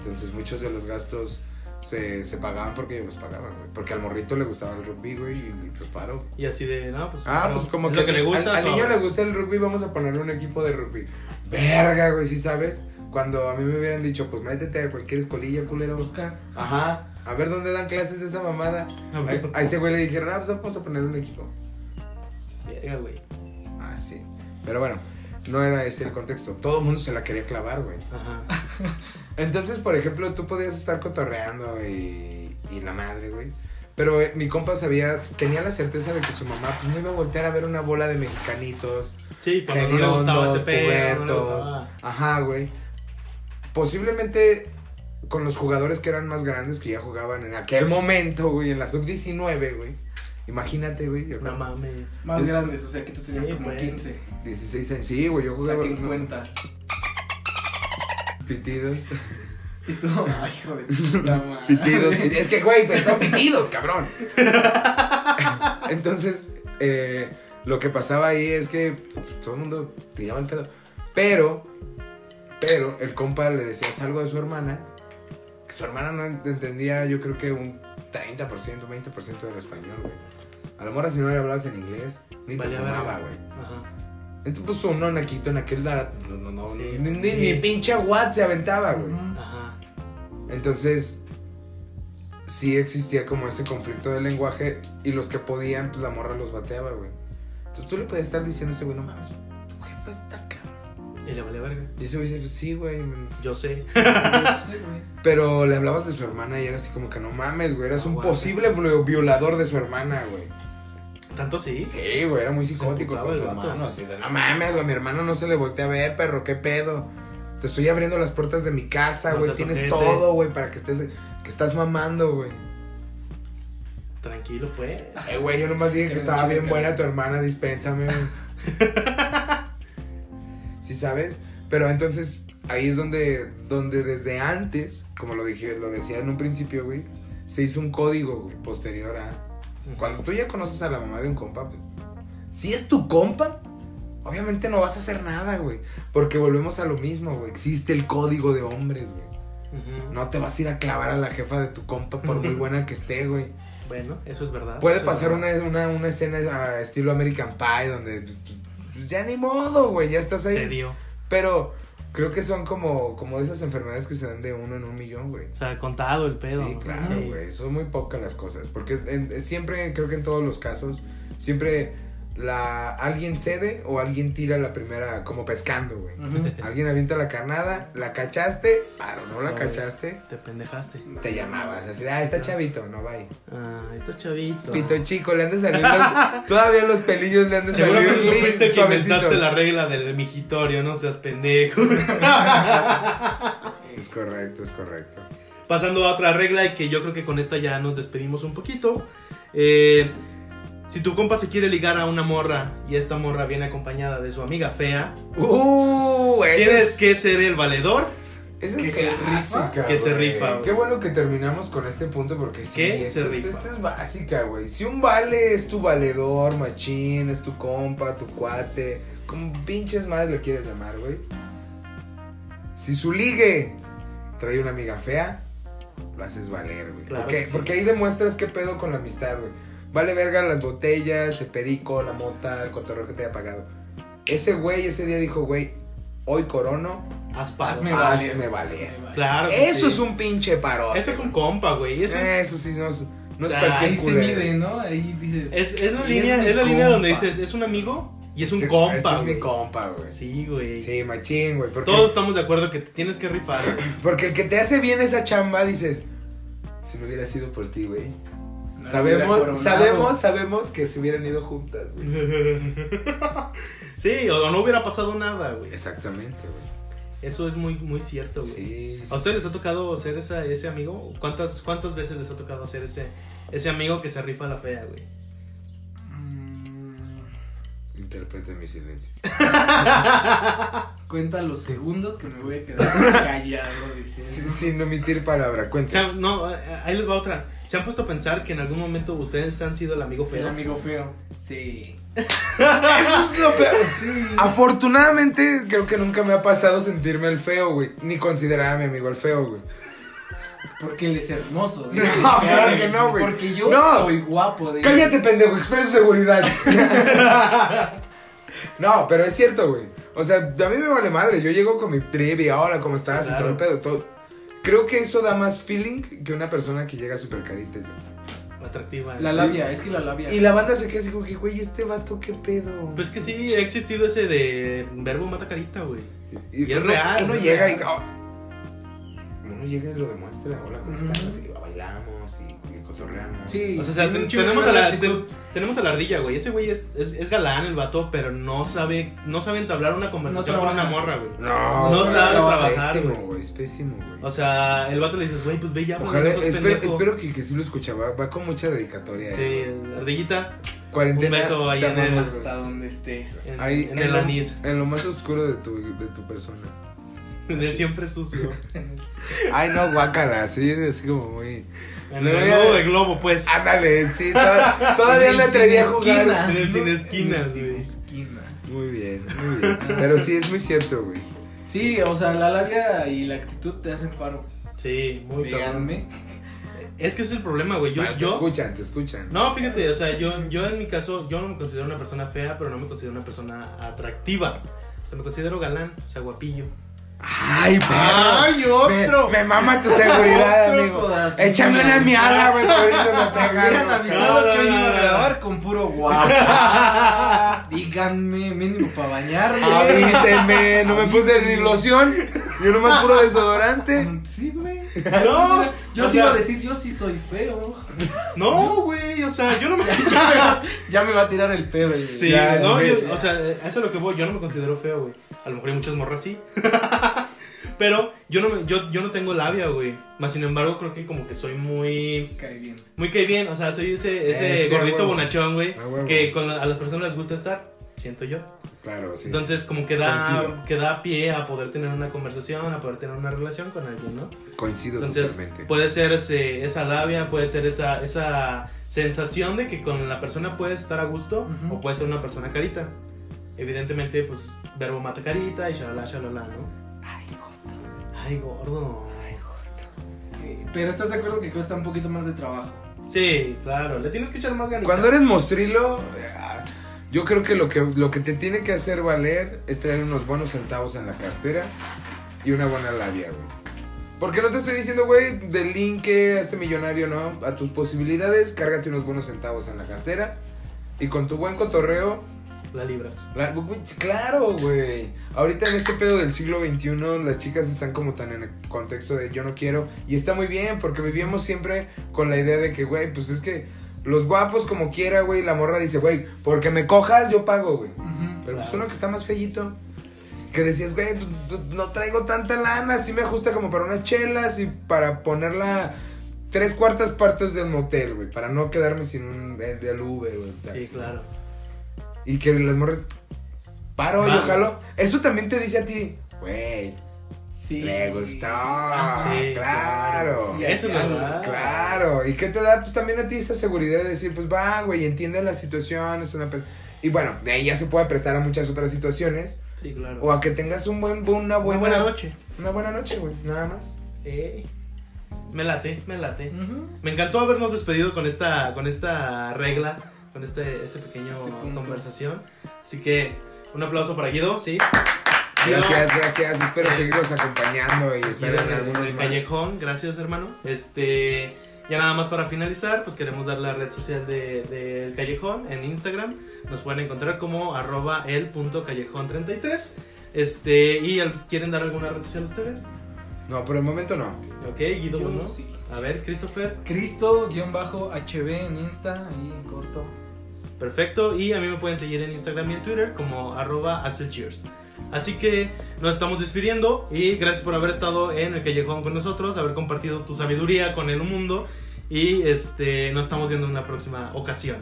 Speaker 3: Entonces, muchos de los gastos se, se pagaban porque ellos los pagaban, güey. Porque al morrito le gustaba el rugby, güey, y, y pues paro.
Speaker 1: Y así de, no, pues.
Speaker 3: Ah,
Speaker 1: no,
Speaker 3: pues como
Speaker 1: es
Speaker 3: que,
Speaker 1: Lo que le gusta.
Speaker 3: al, al niño
Speaker 1: sobres.
Speaker 3: le gusta el rugby, vamos a ponerle un equipo de rugby. Verga, güey, sí sabes. Cuando a mí me hubieran dicho, pues métete a cualquier escolilla, culero.
Speaker 2: Busca.
Speaker 3: Ajá. A ver dónde dan clases de esa mamada.
Speaker 1: Ah,
Speaker 3: A,
Speaker 1: güey.
Speaker 3: a ese güey le dije, ah, pues vamos a poner un equipo.
Speaker 1: Verga, güey.
Speaker 3: Ah, sí. Pero bueno, no era ese el contexto. Todo el mundo se la quería clavar, güey.
Speaker 1: Ajá.
Speaker 3: Entonces, por ejemplo, tú podías estar cotorreando y, y la madre, güey. Pero eh, mi compa sabía, tenía la certeza de que su mamá pues, no iba a voltear a ver una bola de mexicanitos.
Speaker 1: Sí, cuando no le gustaba ese
Speaker 3: hediondos,
Speaker 1: pedo. No le
Speaker 3: pubertos.
Speaker 1: gustaba.
Speaker 3: Ajá, güey. Posiblemente con los jugadores que eran más grandes que ya jugaban en aquel momento, güey, en la sub-19, güey. Imagínate, güey. yo
Speaker 1: No
Speaker 3: con
Speaker 1: mames.
Speaker 2: Más grandes, o sea que tú tenías
Speaker 1: Sí,
Speaker 2: como
Speaker 1: güey.
Speaker 2: 15.
Speaker 3: 16 años. Sí, güey, yo jugaba
Speaker 2: Saquen cuenta.
Speaker 3: pitidos.
Speaker 2: Y tú, ay, hijo de tu puta madre.
Speaker 3: Pitidos. es que, güey, pensó pitidos, cabrón. Entonces, eh, lo que pasaba ahí es que pues, todo el mundo tiraba el pedo. Pero, pero el compa le decía algo a su hermana. Que su hermana no ent- entendía, yo creo que un 30%, 20% del español, güey. A lo mejor si no le hablabas en inglés, ni te
Speaker 1: Valía
Speaker 3: fumaba,
Speaker 1: verga.
Speaker 3: güey.
Speaker 1: Ajá.
Speaker 3: Entonces, pues, uno naquito en aquel... lara- No, no, no,
Speaker 1: Sí.
Speaker 3: ni, ni, ni pinche what se aventaba, güey.
Speaker 1: Ajá.
Speaker 3: Entonces, sí existía como ese conflicto de lenguaje y los que podían, pues la morra los bateaba, güey. Entonces tú le podías estar diciendo a ese güey, no mames, tu jefa está acá.
Speaker 1: Y le valía verga.
Speaker 3: Y ese güey dice, pues sí, güey. mm".
Speaker 1: Yo sé.
Speaker 2: Sí, güey.
Speaker 3: Pero le hablabas de su hermana y era así como que no mames, güey. Eras un
Speaker 1: Aguanta.
Speaker 3: posible vi- violador de su hermana, güey.
Speaker 1: Tanto sí.
Speaker 3: Sí, güey, era muy psicótico
Speaker 1: emputaba
Speaker 3: con su
Speaker 1: el vato.
Speaker 3: hermano. Así de, no mames, güey, mi hermano no se le voltea a ver, perro, qué pedo. Te estoy abriendo las puertas de mi casa,
Speaker 1: No
Speaker 3: güey.
Speaker 1: seas
Speaker 3: Tienes
Speaker 1: ojete.
Speaker 3: todo, güey, para que estés, que estás mamando, güey.
Speaker 1: Tranquilo, pues.
Speaker 3: Eh, güey, yo nomás dije que
Speaker 2: Qué
Speaker 3: estaba bien
Speaker 2: chica.
Speaker 3: buena tu hermana, dispénsame. güey. sí, ¿sabes? Pero entonces, ahí es donde, donde desde antes, como lo, dije, lo decía en un principio, güey, se hizo un código, güey, posterior a... Cuando tú ya conoces a la mamá de un compa, pues, si es tu compa, obviamente no vas a hacer nada, güey. Porque volvemos a lo mismo, güey. Existe el código de hombres, güey.
Speaker 1: Ujú.
Speaker 3: No te vas a ir a clavar a la jefa de tu compa por muy buena que esté, güey.
Speaker 1: Bueno, eso es verdad.
Speaker 3: Puede
Speaker 1: eso es
Speaker 3: pasar
Speaker 1: verdad.
Speaker 3: una, una, una escena a estilo American Pie donde pues, ya ni modo, güey, ya estás
Speaker 1: Se
Speaker 3: ahí.
Speaker 1: dio.
Speaker 3: Pero creo que son como, como de esas enfermedades que se dan de uno en un millón, güey.
Speaker 1: O sea, contado el pedo.
Speaker 3: Sí,
Speaker 1: ¿no?
Speaker 3: claro,
Speaker 1: Sí.
Speaker 3: güey. Son muy pocas las cosas. Porque en- siempre, creo que en todos los casos, siempre la, alguien cede o alguien tira la primera, como pescando, güey.
Speaker 1: Mm.
Speaker 2: Ujú.
Speaker 3: Alguien avienta la carnada, la cachaste, paro, no la
Speaker 1: Sobres.
Speaker 3: cachaste,
Speaker 1: Te pendejaste.
Speaker 3: te llamabas. Así, ah, está chavito, no va ahí.
Speaker 1: Ah, esto chavito.
Speaker 3: Pito chico, le han de salir los- todavía los pelillos le han de salir
Speaker 1: Seguramente tú fuiste
Speaker 3: listos,
Speaker 1: que inventaste la
Speaker 3: suavecitos.
Speaker 1: regla del mijitorio, no seas pendejo.
Speaker 3: Es correcto, es correcto.
Speaker 1: Pasando a otra regla y que yo creo que con esta ya nos despedimos un poquito. Eh, si tu compa se quiere ligar a una morra y esta morra viene acompañada de su amiga fea,
Speaker 3: Uh, ese
Speaker 1: tienes
Speaker 3: es,
Speaker 1: que ser el valedor.
Speaker 3: ese
Speaker 2: que
Speaker 3: es
Speaker 2: se
Speaker 3: clásica,
Speaker 1: Que se
Speaker 3: güey.
Speaker 1: rifa, güey.
Speaker 3: Qué bueno que terminamos con este punto porque sí,
Speaker 1: Que
Speaker 3: esto,
Speaker 1: se
Speaker 3: es-
Speaker 1: rifa.
Speaker 3: esto es básica, güey. Si un vale es tu valedor, machín, es tu compa, tu cuate, como pinches madres lo quieres llamar, güey. Si su ligue trae una amiga fea, lo haces valer, güey.
Speaker 1: Claro
Speaker 3: porque,
Speaker 1: que sí.
Speaker 3: porque ahí demuestras qué pedo con la amistad, güey. Vale verga las botellas, el perico, la mota, el cotorreo que te haya pagado. Ese güey ese día dijo, güey, hoy corono,
Speaker 1: Haz paro.
Speaker 2: Hazme valer.
Speaker 3: hazme valer.
Speaker 1: Claro. que
Speaker 3: Eso
Speaker 1: sí.
Speaker 3: es un Eh, pinche paro.
Speaker 1: Eso es un compa, güey. Eso es,
Speaker 3: Eso sí, no es, no es
Speaker 1: O sea,
Speaker 3: cualquier
Speaker 2: Ahí se
Speaker 3: culero.
Speaker 2: mide, ¿no? Ahí dices.
Speaker 1: es, es la
Speaker 2: Y es
Speaker 1: línea,
Speaker 2: mi
Speaker 1: es la línea donde
Speaker 2: compa.
Speaker 1: dices, ¿es un amigo? Y es un
Speaker 3: Este-
Speaker 1: compa.
Speaker 3: Este es mi
Speaker 1: güey.
Speaker 3: compa, güey.
Speaker 1: Sí, güey.
Speaker 3: Sí, machín, güey. Porque,
Speaker 1: Todos estamos de acuerdo que te tienes que rifar.
Speaker 3: porque el que te hace bien esa chamba, dices, si no hubiera sido por ti, güey.
Speaker 2: No hubiera coronado.
Speaker 3: Sabemos, sabemos, sabemos que se hubieran ido juntas, güey.
Speaker 1: sí, o no hubiera pasado nada, güey.
Speaker 3: Exactamente, güey.
Speaker 1: Eso es muy, muy cierto, güey.
Speaker 3: Sí, sí,
Speaker 1: ¿A ustedes les ha tocado ser esa- ese amigo? ¿Cuántas, ¿Cuántas veces les ha tocado ser ese, ese amigo que se rifa la fea, güey?
Speaker 2: Mm,
Speaker 3: Interpreta mi silencio.
Speaker 2: Cuenta los segundos que me voy a quedar callado
Speaker 3: Sin,
Speaker 2: diciendo.
Speaker 3: sin omitir palabra,
Speaker 1: Se
Speaker 3: cuenta.
Speaker 1: han- no, eh, ahí les va otra. ¿Se han puesto a pensar que en algún momento ustedes han sido el amigo
Speaker 2: El
Speaker 1: feo?
Speaker 2: amigo feo. Sí.
Speaker 3: Eso es lo peor.
Speaker 2: Sí.
Speaker 3: Afortunadamente, creo que nunca me ha pasado sentirme el feo, güey. Ni considerar a mi amigo el feo, güey.
Speaker 2: Porque él es hermoso.
Speaker 3: No,
Speaker 2: dice.
Speaker 3: claro que no, güey.
Speaker 2: Porque yo
Speaker 3: No.
Speaker 2: soy guapo. dice.
Speaker 3: Cállate, pendejo, expreso seguridad. no, pero es cierto, güey. O sea, a mí me vale madre. Yo llego con mi trivia, hola, ¿cómo estás?
Speaker 1: Sí,
Speaker 3: Y todo el pedo,
Speaker 1: claro.
Speaker 3: todo. Creo que eso da más feeling que una persona que llega súper carita. güey.
Speaker 1: Atractiva.
Speaker 2: La labia, es que la labia.
Speaker 3: Y la banda se queda así como que, güey, este vato, ¿qué pedo?
Speaker 1: Pues que sí, ha existido ese de verbo mata carita, güey.
Speaker 3: Y,
Speaker 1: Y es
Speaker 3: uno,
Speaker 1: real,
Speaker 3: Uno
Speaker 1: es
Speaker 3: llega
Speaker 1: real.
Speaker 3: y. oh, uno llega y lo demuestra. Hola, ¿cómo
Speaker 2: Ujú.
Speaker 3: estás? Y bailamos y, y cotorreamos.
Speaker 2: Sí.
Speaker 1: O sea, o sea,
Speaker 2: Tiene
Speaker 1: ten-
Speaker 2: un chingo de
Speaker 1: tenemos, a la,
Speaker 2: actitud.
Speaker 1: ten- tenemos a la ardilla, güey. Ese güey es, es, es galán el vato, pero no sabe, no sabe entablar una conversación con
Speaker 2: trabaja.
Speaker 1: una morra, güey.
Speaker 3: No,
Speaker 1: No
Speaker 3: güey,
Speaker 1: sabe
Speaker 3: es
Speaker 1: trabajar,
Speaker 3: pésimo,
Speaker 1: güey.
Speaker 3: güey. Es pésimo, güey.
Speaker 1: O sea, el vato le dices, güey, pues ve ya, güey,
Speaker 3: Ojalá,
Speaker 1: no seas
Speaker 3: espero,
Speaker 1: pendejo".
Speaker 3: espero que, que sí lo escuchaba. Va con mucha dedicatoria. eh,
Speaker 1: Sí, ardillita,
Speaker 3: Cuarentena.
Speaker 1: Un beso ahí
Speaker 3: te
Speaker 1: en
Speaker 3: amamos, güey.
Speaker 2: Hasta donde estés.
Speaker 1: en,
Speaker 3: Ahí,
Speaker 1: en el
Speaker 3: lo,
Speaker 1: anís,
Speaker 3: en lo más oscuro de tu, de tu persona.
Speaker 1: de siempre sucio.
Speaker 3: Ay, no, guácala. Sí, es así como muy.
Speaker 1: En
Speaker 3: Le
Speaker 1: el
Speaker 3: voy a- Ah,
Speaker 1: globo de globo, pues.
Speaker 3: Ándale, sí. to- todavía
Speaker 2: En
Speaker 3: me
Speaker 2: el
Speaker 3: atreví a
Speaker 2: sin
Speaker 3: jugar.
Speaker 2: esquinas,
Speaker 1: En el sin esquinas,
Speaker 2: En el
Speaker 1: güey.
Speaker 2: sin esquinas.
Speaker 3: Muy bien, muy bien. Pero sí, es muy cierto, güey.
Speaker 2: Sí, o sea, la labia y la actitud te hacen paro.
Speaker 1: Sí, muy cabrón.
Speaker 2: Véanme.
Speaker 1: Es que ese es el problema, güey. Yo,
Speaker 3: Bueno, Te
Speaker 1: yo,
Speaker 3: escuchan, te escuchan.
Speaker 1: No, fíjate, o sea, yo, yo en mi caso, yo no me considero una persona fea, pero no me considero una persona atractiva. O sea, me considero galán, o sea, guapillo.
Speaker 3: Ay, perro. Me-
Speaker 2: otro!
Speaker 3: Me, mama tu seguridad,
Speaker 2: Otro
Speaker 3: amigo.
Speaker 2: todas.
Speaker 3: Échame una miada, güey, por eso me
Speaker 2: Me hubieran
Speaker 3: pegaron.
Speaker 2: avisado que hoy
Speaker 1: No, no,
Speaker 2: iba
Speaker 1: no,
Speaker 2: a
Speaker 1: no.
Speaker 2: grabar con puro guapo. Díganme, mínimo para bañarme.
Speaker 3: Avísenme, no me puse ni loción. Yo nomás puro desodorante.
Speaker 2: Sí, güey.
Speaker 1: No,
Speaker 2: yo
Speaker 1: o
Speaker 2: sí
Speaker 1: sea-
Speaker 2: iba a decir, yo sí soy feo.
Speaker 1: No, güey, o sea, yo no me.
Speaker 2: Ya me va a tirar el pedo. y-
Speaker 1: Sí,
Speaker 3: Ya,
Speaker 1: no,
Speaker 3: sí.
Speaker 1: yo- o sea, a eso es lo que voy, yo no me considero feo, güey. A lo mejor hay muchas morras sí. pero yo no, me- yo, yo no tengo labia, güey. Más sin embargo, creo que como que soy muy.
Speaker 2: Cae bien.
Speaker 1: Muy que bien, o sea, soy ese, ese
Speaker 3: Ese,
Speaker 1: gordito
Speaker 3: Eh, huevo.
Speaker 1: bonachón, güey,
Speaker 3: A huevo.
Speaker 1: que con la- a las personas les gusta estar, siento yo.
Speaker 3: Claro, sí.
Speaker 1: Entonces, como que da,
Speaker 3: Coincido.
Speaker 1: que da pie a poder tener una conversación, a poder tener una relación con alguien, ¿no?
Speaker 3: coincido
Speaker 1: Entonces,
Speaker 3: totalmente.
Speaker 1: puede ser ese- esa labia, puede ser esa, esa sensación de que con la persona puedes estar a gusto
Speaker 2: Ujú.
Speaker 1: o puede ser una persona carita. Evidentemente, pues, verbo mata carita y shalala, shalala, ¿no?
Speaker 2: Ay, joto.
Speaker 1: Ay, gordo.
Speaker 2: Eh, Pero estás de acuerdo que cuesta un poquito más de trabajo.
Speaker 1: Sí, claro, le tienes que echar más ganitas.
Speaker 3: Cuando eres mostrilo, eh, ah, yo creo que lo que lo que te tiene que hacer valer es tener unos buenos centavos en la cartera y una buena labia, güey. Porque no te estoy diciendo, güey, delinque a este millonario, ¿no? A tus posibilidades, cárgate unos buenos centavos en la cartera y con tu buen cotorreo
Speaker 1: La libras.
Speaker 3: la- güey, claro, güey. Ahorita en este pedo del siglo XXI, las chicas están como tan en el contexto de yo no quiero. Y está muy bien, porque vivimos siempre con la idea de que, güey, pues es que los guapos como quiera, güey. La morra dice, güey, porque me cojas, yo pago, güey. Pero pues
Speaker 1: Claro.
Speaker 3: uno que está más fellito. Que decías, güey, pues, pues, no traigo tanta lana, sí me ajusta como para unas chelas y para ponerla tres cuartas partes del motel, güey, para no quedarme sin un, el, el Uber o el taxi.
Speaker 1: Sí, claro.
Speaker 3: Y que las morras. Paro,
Speaker 1: Ah.
Speaker 3: yo jalo. Eso también te dice a ti, güey,
Speaker 2: Sí.
Speaker 3: le gustó.
Speaker 1: sí,
Speaker 3: claro.
Speaker 2: Sí,
Speaker 1: Eso es
Speaker 2: claro.
Speaker 1: verdad.
Speaker 3: Claro. ¿Y qué te da? Pues también a ti esa seguridad de decir, pues va, güey, entiende la situación. Es una. pe- Y bueno, de ahí ya se puede prestar a muchas otras situaciones.
Speaker 1: Sí, claro.
Speaker 3: O a que tengas un buen, una
Speaker 1: Muy
Speaker 3: buena,
Speaker 1: buena noche.
Speaker 3: Una buena noche, güey, nada más.
Speaker 1: Ey. Me late, me late.
Speaker 2: Ujú.
Speaker 1: Me encantó habernos despedido con esta, con esta regla, con este, este pequeño
Speaker 2: Este punto.
Speaker 1: conversación. Así que un aplauso para Guido, sí. Guido,
Speaker 3: Gracias, gracias. Espero
Speaker 1: Eh.
Speaker 3: seguirlos acompañando y estar
Speaker 1: Guido
Speaker 3: en
Speaker 1: en el- en
Speaker 3: algunos
Speaker 1: el
Speaker 3: más.
Speaker 1: callejón, gracias hermano. Este, Ya nada más para finalizar, pues queremos dar la red social del de, El Callejón en Instagram. Nos pueden encontrar como arroba el.callejón33. Este, ¿Y al- quieren dar alguna red social ustedes?
Speaker 3: No, por el momento no.
Speaker 1: Ok, Guido,
Speaker 2: Yo
Speaker 1: ¿no?
Speaker 2: sí.
Speaker 1: A ver, Christopher.
Speaker 2: Cristo-HB en Insta, ahí en corto.
Speaker 1: Perfecto. Y a mí me pueden seguir en Instagram y en Twitter como arroba axelcheers. Así que nos estamos despidiendo y gracias por haber estado en el callejón con nosotros, haber compartido tu sabiduría con el mundo y este, nos estamos viendo en una próxima ocasión.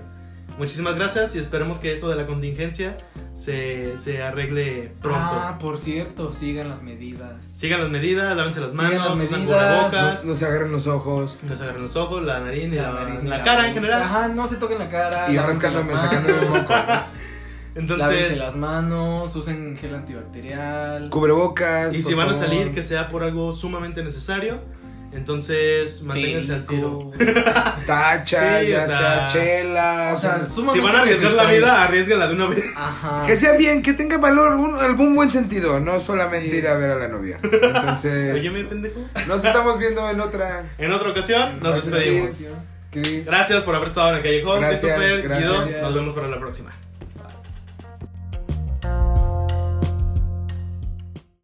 Speaker 1: Muchísimas gracias y esperemos que esto de la contingencia se, se arregle pronto.
Speaker 2: Ah, por cierto, sigan las medidas.
Speaker 1: Sigan las medidas, lávense las
Speaker 2: Sigan
Speaker 1: manos,
Speaker 2: las
Speaker 1: usen
Speaker 2: medidas,
Speaker 1: cubrebocas,
Speaker 3: No, no se agarren los ojos.
Speaker 1: no se agarren los ojos, la nariz, ni la,
Speaker 2: nariz, ni
Speaker 1: la cara en
Speaker 2: boca.
Speaker 1: general.
Speaker 2: Ajá, no se toquen la cara.
Speaker 3: Y yo
Speaker 2: lávense Ah, las
Speaker 3: rascándome,
Speaker 2: manos,
Speaker 3: sacándome moco.
Speaker 1: Entonces,
Speaker 2: Lávense las manos, usen gel antibacterial.
Speaker 3: Cubrebocas.
Speaker 1: Y si
Speaker 3: por
Speaker 1: van a
Speaker 3: favor.
Speaker 1: salir, que sea por algo sumamente necesario. Entonces, manténganse al tiro.
Speaker 2: perico.
Speaker 3: Tachas,
Speaker 1: Sí, o
Speaker 3: ya sea,
Speaker 1: sea-
Speaker 3: chelas.
Speaker 2: O sea,
Speaker 3: un-
Speaker 1: Si
Speaker 2: sumamente
Speaker 1: van a arriesgar la
Speaker 2: necesario.
Speaker 1: vida, arriesgala de una vez.
Speaker 2: Ajá.
Speaker 3: que sea bien, que tenga valor, un- algún buen sentido, no solamente
Speaker 2: Sí.
Speaker 3: ir a ver a la novia. Entonces,
Speaker 1: Oye, mi pendejo.
Speaker 3: nos estamos viendo en otra.
Speaker 1: En otra ocasión, nos
Speaker 3: Gracias,
Speaker 1: despedimos.
Speaker 3: Chris. Chris.
Speaker 1: Gracias por haber estado en el callejón.
Speaker 3: Gracias,
Speaker 1: Christopher, Guido,
Speaker 3: gracias.
Speaker 1: nos vemos para la próxima.